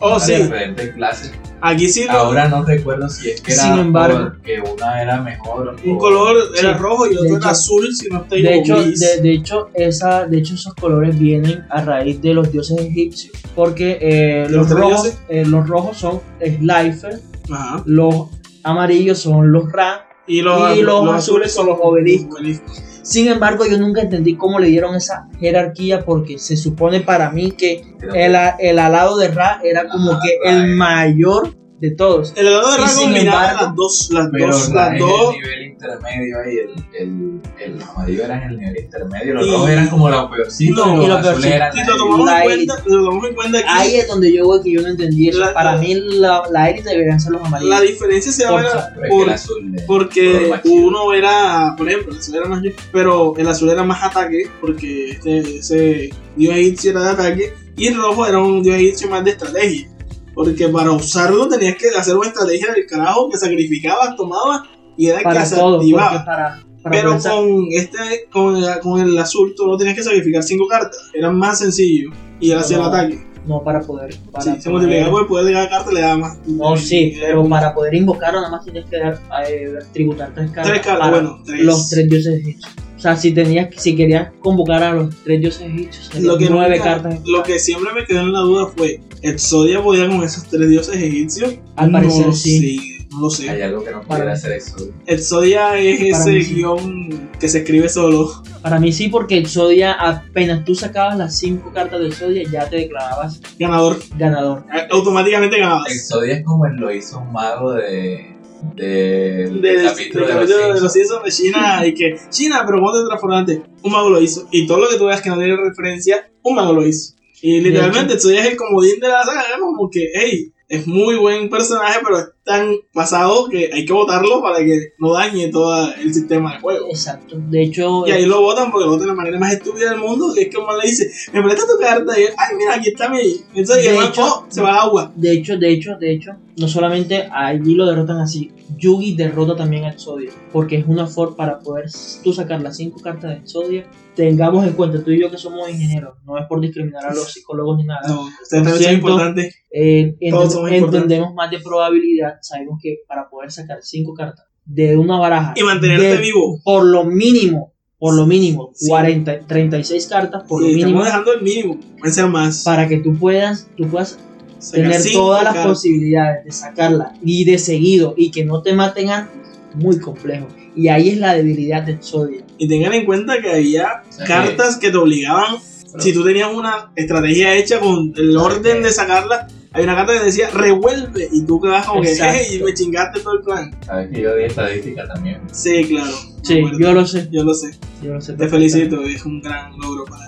Speaker 3: Oh,
Speaker 2: las
Speaker 3: sí.
Speaker 2: diferentes clases.
Speaker 3: Aquí sí,
Speaker 2: Ahora no recuerdo si es que era
Speaker 4: Sin embargo.
Speaker 2: porque una era mejor.
Speaker 3: un
Speaker 2: o-
Speaker 3: color
Speaker 4: Sí.
Speaker 3: era rojo y otro
Speaker 4: De
Speaker 3: era
Speaker 4: hecho-
Speaker 3: azul, si no estoy
Speaker 4: De
Speaker 3: o
Speaker 4: hecho,
Speaker 3: gris.
Speaker 4: de, de hecho, esa, de hecho, esos colores vienen a raíz de los dioses egipcios. Porque eh,
Speaker 3: ¿De los
Speaker 4: los,
Speaker 3: tres
Speaker 4: rojos,
Speaker 3: dioses?
Speaker 4: eh, los rojos son Slifer,
Speaker 3: Ajá.
Speaker 4: los amarillos son los Ra.
Speaker 3: Y los,
Speaker 4: y los azules son los obeliscos.
Speaker 3: obeliscos.
Speaker 4: Sin embargo, yo nunca entendí cómo le dieron esa jerarquía porque se supone para mí que
Speaker 2: Creo que-
Speaker 4: el, a- el alado de Ra era como
Speaker 2: Ah,
Speaker 4: que
Speaker 2: Ra
Speaker 4: el
Speaker 2: es-
Speaker 4: mayor de todos.
Speaker 3: El helado de
Speaker 4: Y
Speaker 3: Ra
Speaker 4: sin
Speaker 3: combinaba
Speaker 4: embargo-
Speaker 3: las dos, las
Speaker 2: Pero
Speaker 3: dos,
Speaker 2: la-
Speaker 3: las
Speaker 2: en el
Speaker 3: dos.
Speaker 2: nivel intermedio ahí, el, el, el amarillo era en el nivel intermedio,
Speaker 3: Y-
Speaker 2: los rojos eran como los peorcitos,
Speaker 3: No,
Speaker 2: y
Speaker 4: y
Speaker 2: los
Speaker 4: los
Speaker 2: azules
Speaker 4: peorcitos.
Speaker 2: eran
Speaker 3: Si lo tomamos en
Speaker 4: La-
Speaker 3: cuenta, si lo tomamos en cuenta aquí.
Speaker 4: Ahí es donde yo voy que yo no entendí eso.
Speaker 3: La-
Speaker 4: para
Speaker 3: la-
Speaker 4: mí la, la élite deberían ser los amarillos.
Speaker 3: La diferencia se
Speaker 4: Por su-
Speaker 3: llama
Speaker 2: pero es que
Speaker 3: por
Speaker 2: el azul eh, de- Color
Speaker 3: Porque
Speaker 2: más chido.
Speaker 3: uno era, por ejemplo, el azul era más pero el azul era más ataque, porque este, ese dios egipcio era de ataque, y el rojo era un dios egipcio más de estrategia. Porque para usarlo tenías que hacer una estrategia del carajo que sacrificabas, tomabas y era el
Speaker 4: para
Speaker 3: que se
Speaker 4: todo, porque
Speaker 3: activaba.
Speaker 4: para, para
Speaker 3: Pero
Speaker 4: pensar-
Speaker 3: con este, con el, con el azul, tú no tenías que sacrificar cinco cartas, era más sencillo. Y él hacía el
Speaker 4: No,
Speaker 3: ataque.
Speaker 4: no para poder, para
Speaker 3: Sí,
Speaker 4: poder-
Speaker 3: se multiplicaba por el poder de cada carta, le daba más.
Speaker 4: no Oh, sí, pero para poder invocarlo nada más tienes que dar, eh, tributar tres cartas,
Speaker 3: Tres cartas,
Speaker 4: para
Speaker 3: bueno, tres.
Speaker 4: los tres dioses egipcios. O sea, si tenías, que- si querías convocar a los tres dioses egipcios, serían
Speaker 3: lo que
Speaker 4: nueve
Speaker 3: nunca-
Speaker 4: cartas.
Speaker 3: Lo que siempre me quedó en la duda fue, ¿Exodia podía con esos tres dioses egipcios?
Speaker 4: Al parecer
Speaker 3: no
Speaker 4: sí.
Speaker 3: sé, No lo sé.
Speaker 2: Hay algo que no pudiera hacer eso.
Speaker 3: Exodia es ese
Speaker 4: mí sí.
Speaker 3: guión que se escribe solo.
Speaker 4: Para mí sí, porque el Zodia, apenas tú sacabas las cinco cartas del Zodia, ya te declarabas
Speaker 3: Ganador. eh,
Speaker 4: ganador.
Speaker 3: Automáticamente
Speaker 2: El
Speaker 3: ganabas.
Speaker 2: Zodiac como él lo hizo un mago de, de- del
Speaker 3: Del del
Speaker 2: capítulo de, los
Speaker 3: capítulo de
Speaker 2: Simpsons.
Speaker 3: los Simpsons de China y que China, pero vos te transformaste. Un mago lo hizo. Y todo lo que tú veas que no tiene referencia, un mago lo hizo. Y literalmente Exodia es el comodín de la saga, ¿no? como que, hey, es muy buen personaje, pero es tan pasado que hay que votarlo para que no dañe todo el sistema de juego.
Speaker 4: Exacto. De hecho,
Speaker 3: Y ahí lo votan porque lo votan de la manera más estúpida del mundo, que es que un man le dice, me presta tu carta, y él, ay, mira, aquí está mi... Entonces, y el
Speaker 4: De
Speaker 3: man,
Speaker 4: hecho-
Speaker 3: "Oh, se va al agua.
Speaker 4: de hecho, de hecho, de hecho, no solamente allí lo derrotan así, Yugi derrota también al Zodia, porque es una forma para poder tú sacar las cinco cartas del Zodia. Tengamos en cuenta, tú y yo que somos ingenieros, no es por discriminar a los psicólogos ni nada.
Speaker 3: No, ustedes también son
Speaker 4: siento-
Speaker 3: importantes.
Speaker 4: Eh, ente-
Speaker 3: Todos somos importantes.
Speaker 4: entendemos más de probabilidad, sabemos que para poder sacar cinco cartas de una baraja
Speaker 3: Y este mantenerte
Speaker 4: de-
Speaker 3: vivo.
Speaker 4: por lo mínimo, por lo mínimo,
Speaker 3: Sí.
Speaker 4: 40, 36 cartas por lo
Speaker 3: Y
Speaker 4: mínimo
Speaker 3: estamos dejando el mínimo, pueden ser más.
Speaker 4: para que tú puedas, tú puedas
Speaker 3: Sacar
Speaker 4: tener
Speaker 3: cinco
Speaker 4: todas las
Speaker 3: cartas.
Speaker 4: posibilidades de sacarla y de seguido y que no te maten antes, muy complejo. Y ahí es la debilidad de Zodiac.
Speaker 3: Y tengan en cuenta que había
Speaker 2: O sea,
Speaker 3: cartas que te obligaban,
Speaker 2: que-
Speaker 3: si tú tenías una estrategia hecha con el orden de sacarla, hay una carta que decía, revuelve, y tú quedabas como que,
Speaker 4: Exacto.
Speaker 3: hey, me chingaste todo el plan.
Speaker 2: Sabes que yo di estadística también.
Speaker 3: Sí, claro.
Speaker 4: Sí,
Speaker 3: Bueno,
Speaker 4: yo lo sé,
Speaker 3: yo lo sé.
Speaker 4: yo lo sé.
Speaker 3: Te felicito, es un gran logro para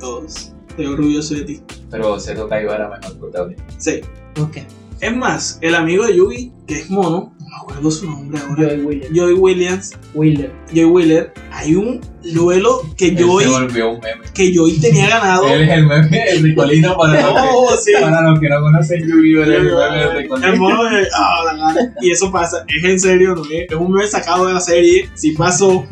Speaker 3: todos. Estoy orgulloso de ti.
Speaker 2: Pero Seto Kaiba era mejor protagonista.
Speaker 3: Sí.
Speaker 4: Ok,
Speaker 3: Es más, el amigo de Yugi, que es mono, no me acuerdo su nombre ahora.
Speaker 4: Joey Wheeler.
Speaker 3: Joey Williams,
Speaker 4: Wheeler.
Speaker 3: Joey Wheeler, hay un duelo que
Speaker 2: Él se
Speaker 3: Joey,
Speaker 2: volvió un meme.
Speaker 3: que Joey tenía ganado.
Speaker 2: Él es el meme, el ricolino para los que,
Speaker 3: Ah, Oh, sí.
Speaker 2: para los que no conocen Yu-Gi-Oh! él es el meme del
Speaker 3: El
Speaker 2: ricolino.
Speaker 3: mono de. ah, la madre. Y eso pasa, es en serio, ¿no? Es es un meme sacado de la serie, sí pasó.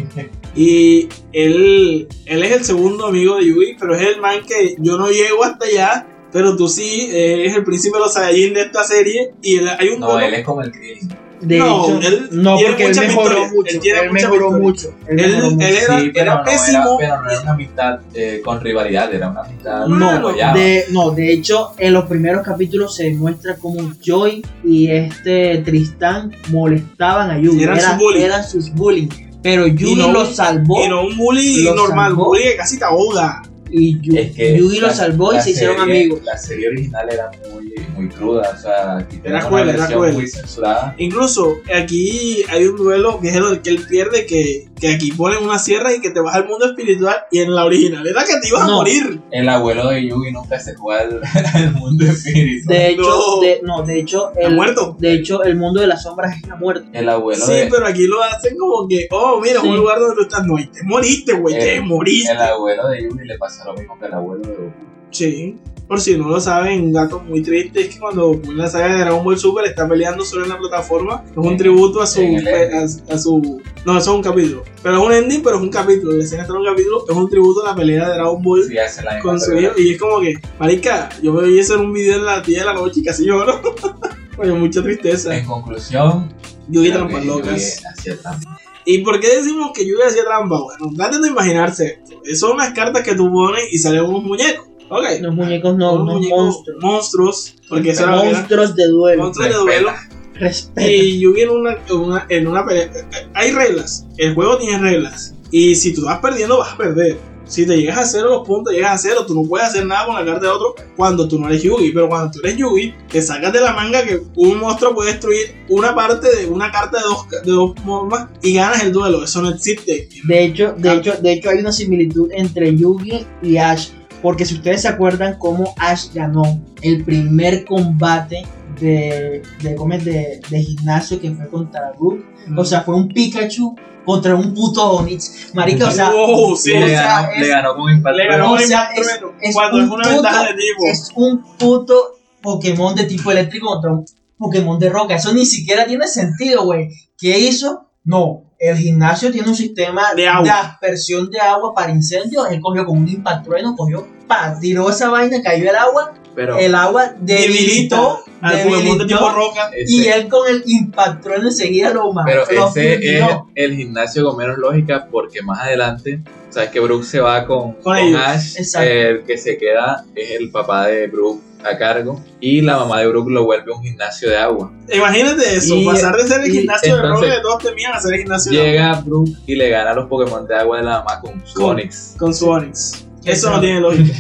Speaker 3: Y él, él es el segundo amigo de Yugi, pero es el man que yo no llego hasta allá, pero tú sí, eres el príncipe de los Saiyajin de esta serie. Y él- hay un
Speaker 2: No,
Speaker 3: duelo-
Speaker 2: él es como el Krillin.
Speaker 4: De
Speaker 3: No,
Speaker 4: hecho,
Speaker 3: él
Speaker 4: no,
Speaker 3: tiene
Speaker 4: porque él
Speaker 3: mucha
Speaker 4: mejoró
Speaker 3: victoria,
Speaker 4: mucho.
Speaker 3: él tiene
Speaker 4: Él
Speaker 3: mucha
Speaker 4: mejoró
Speaker 3: victoria.
Speaker 4: mucho. Él
Speaker 3: Él-
Speaker 4: mejoró mucho.
Speaker 3: él era-
Speaker 2: sí, pero no,
Speaker 3: pésimo.
Speaker 2: Era, pero no era una amistad eh, con rivalidad, era una amistad
Speaker 3: No,
Speaker 2: no, apoyada.
Speaker 4: De, no, de hecho, en los primeros capítulos se demuestra cómo Joy y este Tristán molestaban a Yugi.
Speaker 3: Eran sus
Speaker 4: Era-
Speaker 3: bullying.
Speaker 4: eran sus bullying. Pero Yugi
Speaker 3: no-
Speaker 4: lo salvó.
Speaker 3: Y no un bully
Speaker 4: Lo
Speaker 3: normal,
Speaker 4: salvó.
Speaker 3: bully que casi te ahoga.
Speaker 4: y Yu-
Speaker 2: Es que
Speaker 4: Yugi lo
Speaker 2: la-
Speaker 4: salvó y
Speaker 2: la
Speaker 4: se hicieron
Speaker 2: serie-
Speaker 4: amigos.
Speaker 2: La serie original era muy, muy cruda, o sea, aquí
Speaker 3: Era
Speaker 2: tenemos
Speaker 3: cruel,
Speaker 2: una
Speaker 3: era
Speaker 2: versión
Speaker 3: cruel.
Speaker 2: muy censurada.
Speaker 3: Incluso aquí hay un duelo que es el que él pierde, que, que aquí ponen una sierra y que te vas al mundo espiritual y en la original era que te ibas
Speaker 4: No.
Speaker 3: a morir.
Speaker 2: El abuelo de Yugi nunca se fue al, al mundo espiritual.
Speaker 4: De hecho,
Speaker 3: No.
Speaker 4: de, no, de hecho,
Speaker 3: Está
Speaker 4: el,
Speaker 3: muerto.
Speaker 4: de hecho, el mundo de las sombras es la muerte.
Speaker 2: El abuelo
Speaker 3: Sí,
Speaker 2: de
Speaker 3: pero aquí lo hacen como que, oh, mira,
Speaker 4: Sí.
Speaker 3: un lugar donde tú estás. No, y te moriste, güey, te
Speaker 2: Eh,
Speaker 3: moriste.
Speaker 2: el abuelo de Yugi le pasa lo mismo que al abuelo de Goku.
Speaker 3: Sí. Por si no lo saben, un dato muy triste es que cuando Goku en la saga de Dragon Ball Super está peleando solo en la plataforma, es un
Speaker 2: En-
Speaker 3: tributo a su,
Speaker 2: en el
Speaker 3: a, a su... No, eso es un capítulo. Pero es un ending, pero es un capítulo. La escena está en un capítulo, es un tributo a la pelea de Dragon Ball
Speaker 2: Sí, hace la misma
Speaker 3: con su
Speaker 2: película.
Speaker 3: hijo. Y es como que, marica, yo me vi hacer un video en la 10 de la noche y casi lloro. Oye, mucha tristeza.
Speaker 2: En conclusión,
Speaker 3: Yo vi
Speaker 2: creo
Speaker 3: trampas
Speaker 2: que Yugi
Speaker 3: locas.
Speaker 2: hacía trampa.
Speaker 3: ¿Y por qué decimos que Yugi hacía trampa? Bueno, traten de imaginarse esto. Son unas cartas que tú pones y salen unos muñecos. Ok.
Speaker 4: Los muñecos no,
Speaker 3: unos
Speaker 4: unos
Speaker 3: muñecos-
Speaker 4: monstruos.
Speaker 3: monstruos, Porque eso era lo que eran.
Speaker 4: Monstruos de duelo.
Speaker 3: Monstruos de duelo.
Speaker 4: Respeto.
Speaker 3: Y Yugi en una, en una, en una pelea. Hay reglas. El juego tiene reglas. Y si tú vas perdiendo, vas a perder. Si te llegas a cero los puntos, llegas a cero. Tú no puedes hacer nada con la carta de otro cuando tú no eres Yugi. Pero cuando tú eres Yugi, te sacas de la manga que un monstruo puede destruir una parte de una carta de dos, de dos formas y ganas el duelo. Eso no existe.
Speaker 4: De hecho, de hecho, de hecho hay una similitud entre Yugi y Ash, porque si ustedes se acuerdan cómo Ash ganó el primer combate de de, ¿cómo es? de, de gimnasio que fue contra Brook, o sea, fue un Pikachu contra un puto Onix, marica, o sea,
Speaker 3: Wow, sí,
Speaker 2: Sí, le,
Speaker 4: o sea,
Speaker 2: ganó,
Speaker 4: es-
Speaker 2: le ganó con impacto.
Speaker 3: le ganó
Speaker 4: o
Speaker 3: un
Speaker 4: sea, es-
Speaker 3: instrumento
Speaker 4: es
Speaker 3: cuando es
Speaker 4: un
Speaker 3: una
Speaker 4: puto-
Speaker 3: ventaja de tipo.
Speaker 4: es un puto Pokémon de tipo eléctrico contra un Pokémon de roca, eso ni siquiera tiene sentido, güey. ¿Qué hizo? No. El gimnasio tiene un sistema
Speaker 3: De agua.
Speaker 4: aspersión de agua para incendios. Él cogió con un impactrueno, cogió, pa, tiró esa vaina, cayó el agua.
Speaker 2: Pero
Speaker 4: El agua
Speaker 3: Debilita
Speaker 4: debilitó,
Speaker 3: al Pokémon de tipo
Speaker 4: debilitó,
Speaker 3: roca.
Speaker 4: y
Speaker 2: ese-
Speaker 4: él con el impactrueno enseguida lo ma-
Speaker 2: Pero
Speaker 4: lo
Speaker 2: ese es
Speaker 4: fundió.
Speaker 2: el gimnasio con menos lógica porque más adelante, sabes que Brooke se va con,
Speaker 3: Con
Speaker 2: con
Speaker 3: ellos,
Speaker 2: Ash,
Speaker 4: exacto.
Speaker 2: el que se queda es el papá de Brooke a cargo y la mamá de Brook lo vuelve un gimnasio de agua.
Speaker 3: Imagínate eso,
Speaker 2: Y-
Speaker 3: pasar de ser el
Speaker 2: y
Speaker 3: gimnasio de roble
Speaker 2: entonces-
Speaker 3: que todos temían a ser el gimnasio de
Speaker 2: Llega Brook y le gana a los Pokémon de agua de la mamá con su
Speaker 3: Con-
Speaker 2: Onix.
Speaker 3: roble con su Onix. Eso no
Speaker 4: Exacto.
Speaker 3: tiene lógica.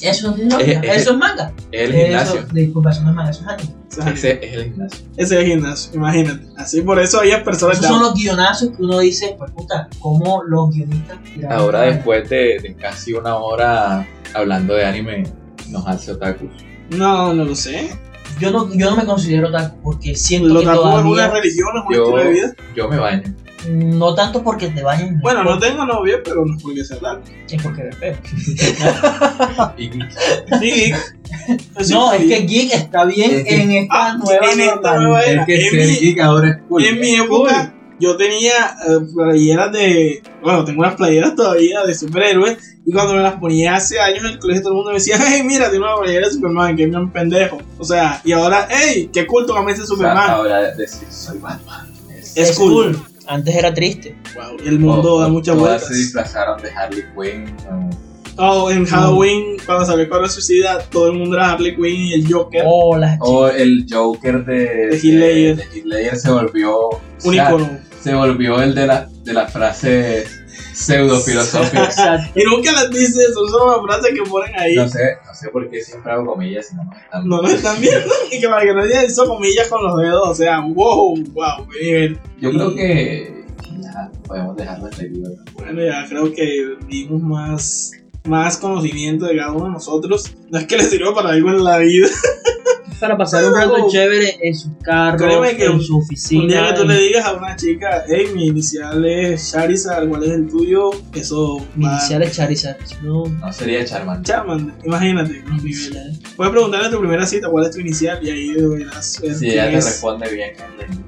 Speaker 4: Eso no tiene lógica.
Speaker 2: Eh, eh.
Speaker 4: Eso es manga.
Speaker 2: Es el
Speaker 4: Eso,
Speaker 2: gimnasio.
Speaker 4: disculpa, eso no es manga, eso es anime.
Speaker 3: O sea,
Speaker 2: Ese es el gimnasio.
Speaker 3: Ese es el gimnasio, imagínate. Así por eso había personas
Speaker 4: Esos son los guionazos que uno dice, pues puta, cómo los guionistas tiraron
Speaker 2: Ahora
Speaker 4: esta
Speaker 2: después de, de casi una hora hablando de anime, nos hace otakus.
Speaker 3: No, no lo sé.
Speaker 4: vaina. Yo no, yo no me considero otaku porque siento
Speaker 3: Lo
Speaker 4: que
Speaker 3: tatuó en una
Speaker 4: todavía...
Speaker 3: religión, es un
Speaker 2: Yo-
Speaker 3: estilo de vida.
Speaker 2: Yo me baño.
Speaker 4: No tanto porque te bañen.
Speaker 3: Bueno, no tengo novia, pero no es porque sea tal.
Speaker 4: Es porque eres feo.
Speaker 2: Y
Speaker 3: Sí,
Speaker 4: No, es que geek está bien
Speaker 2: Es que-
Speaker 4: en esta
Speaker 3: Ah,
Speaker 4: nueva
Speaker 3: en esta
Speaker 4: normalidad.
Speaker 3: nueva era.
Speaker 2: es que
Speaker 3: en
Speaker 2: ser
Speaker 3: mi-
Speaker 2: geek ahora es cool.
Speaker 3: en mi
Speaker 2: Es
Speaker 3: época yo tenía eh, playeras de. Bueno, tengo unas playeras todavía de superhéroes. Y cuando me las ponía hace años en el colegio, todo el mundo me decía: ¡Hey, mira, tiene una playera de Superman! ¡Que es un pendejo! O sea, y ahora, ¡Hey, qué culto me ese
Speaker 2: cool. O sea,
Speaker 3: Superman!
Speaker 2: Ahora decir soy Batman. Es-
Speaker 3: es, cool.
Speaker 4: Antes era triste.
Speaker 3: Wow, el mundo
Speaker 2: o-
Speaker 3: da
Speaker 2: o
Speaker 3: muchas
Speaker 2: todas
Speaker 3: vueltas.
Speaker 2: se disfrazaron de Harley Quinn. o-
Speaker 3: Oh, en Halloween, cuando salió el cuadro de suicida, todo el mundo era Harley Quinn y el Joker.
Speaker 4: Oh, las
Speaker 2: O el Joker de,
Speaker 3: De Heath Ledger.
Speaker 2: de Heath Ledger se volvió o
Speaker 3: un
Speaker 2: sea,
Speaker 3: icono.
Speaker 2: Se volvió el de la de las frases pseudo filosóficas.
Speaker 4: chicas.
Speaker 3: Y nunca las dices, son solo las frases que ponen ahí.
Speaker 2: no sé, no sé por qué siempre hago comillas si no nos están.
Speaker 3: No lo están viendo. Y que para que no digan, hizo comillas con los dedos. O sea, wow, wow, qué nivel.
Speaker 2: Yo creo que ya podemos dejarlo hasta ahí. ¿verdad?
Speaker 3: Bueno, ya creo que dimos más, más conocimiento de cada uno de nosotros. No es que les sirva para algo en la vida.
Speaker 4: Para pasar un rato chévere en su carro,
Speaker 3: Créeme que
Speaker 4: en su
Speaker 3: Un día
Speaker 4: oficina.
Speaker 3: que tú le digas a una chica, hey, mi inicial es Charizard, ¿cuál es el tuyo? Eso va.
Speaker 4: Iniciales Charizard. No.
Speaker 2: No sería Charmander.
Speaker 3: Chaman, imagínate, los niveles.
Speaker 4: iniciales.
Speaker 3: Puedes preguntarle a tu primera cita cuál es tu inicial y ahí deberás ver
Speaker 2: Si
Speaker 3: quién
Speaker 2: ella te
Speaker 3: es,
Speaker 2: responde bien,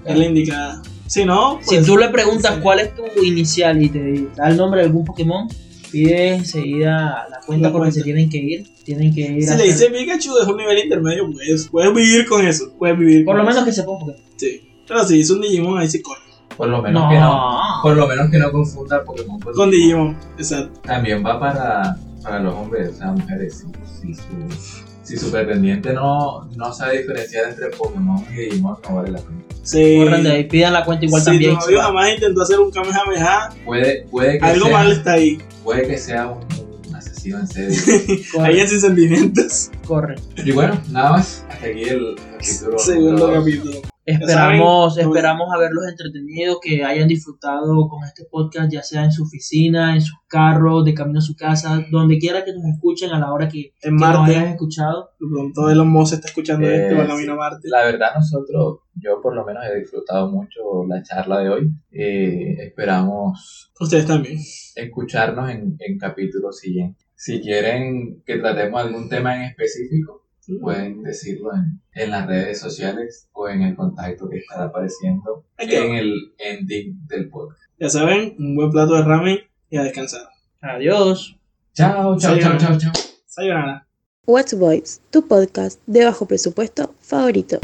Speaker 3: es la indicada. Si no,
Speaker 4: Si
Speaker 3: pues,
Speaker 4: tú le preguntas
Speaker 3: sí.
Speaker 4: cuál es tu inicial y te da el nombre de algún Pokémon, pide enseguida la cuenta
Speaker 3: La
Speaker 4: porque
Speaker 3: cuenta.
Speaker 4: se tienen que ir. Tienen que ir.
Speaker 3: si
Speaker 4: a
Speaker 3: le
Speaker 4: hacer-
Speaker 3: dice Pikachu es un nivel intermedio, pues puedes vivir con eso, puedes vivir
Speaker 4: Por lo
Speaker 3: con
Speaker 4: menos
Speaker 3: eso.
Speaker 4: que sepa un Pokémon.
Speaker 3: Sí. Pero si es un Digimon, ahí sí corre.
Speaker 2: por lo menos que no. Por lo menos que no confunda Pokémon con,
Speaker 3: Con Digimon, exacto.
Speaker 2: También va para, para los hombres, o sea, mujeres. Si, si su, si su pretendiente no, no sabe diferenciar entre Pokémon y Digimon, no vale la pena.
Speaker 3: Sí.
Speaker 4: Corran de ahí, pidan la cuenta igual
Speaker 3: si
Speaker 4: también.
Speaker 3: tu novio jamás intentó hacer un Kamehameha,
Speaker 2: Puede, puede, que,
Speaker 3: algo
Speaker 2: sea,
Speaker 3: mal está ahí.
Speaker 2: puede que sea un, un asesino en serio.
Speaker 4: Corre,
Speaker 3: Alguien sin sentimientos.
Speaker 4: corre.
Speaker 2: y bueno, nada más. Hasta aquí el capítulo.
Speaker 3: Segundo
Speaker 2: número dos.
Speaker 3: capítulo.
Speaker 4: Esperamos,
Speaker 3: saben, pues-
Speaker 4: esperamos haberlos entretenido, que hayan disfrutado con este podcast, ya sea en su oficina, en sus carros, de camino a su casa, donde quiera que nos escuchen a la hora que, que
Speaker 3: En
Speaker 4: nos hayan
Speaker 3: Marte,
Speaker 4: escuchado.
Speaker 3: de pronto Elon Musk está escuchando
Speaker 2: Eh,
Speaker 3: esto, va a
Speaker 2: sí.
Speaker 3: ir a Marte.
Speaker 2: La verdad, nosotros, yo por lo menos he disfrutado mucho la charla de hoy. Eh, esperamos
Speaker 3: Ustedes también.
Speaker 2: escucharnos en, en capítulos siguientes. Si quieren que tratemos algún tema en específico, pueden decirlo en, en las redes sociales o en el contacto que estará apareciendo
Speaker 3: Hay que-
Speaker 2: en el ending del podcast.
Speaker 3: Ya saben, un buen plato de ramen y a descansar.
Speaker 4: Adiós.
Speaker 2: Chao, chao,
Speaker 3: Sí,
Speaker 2: chao,
Speaker 3: ¿no?
Speaker 2: chao, chao.
Speaker 3: Sayonara.
Speaker 1: What's Vibes, tu podcast de bajo presupuesto favorito.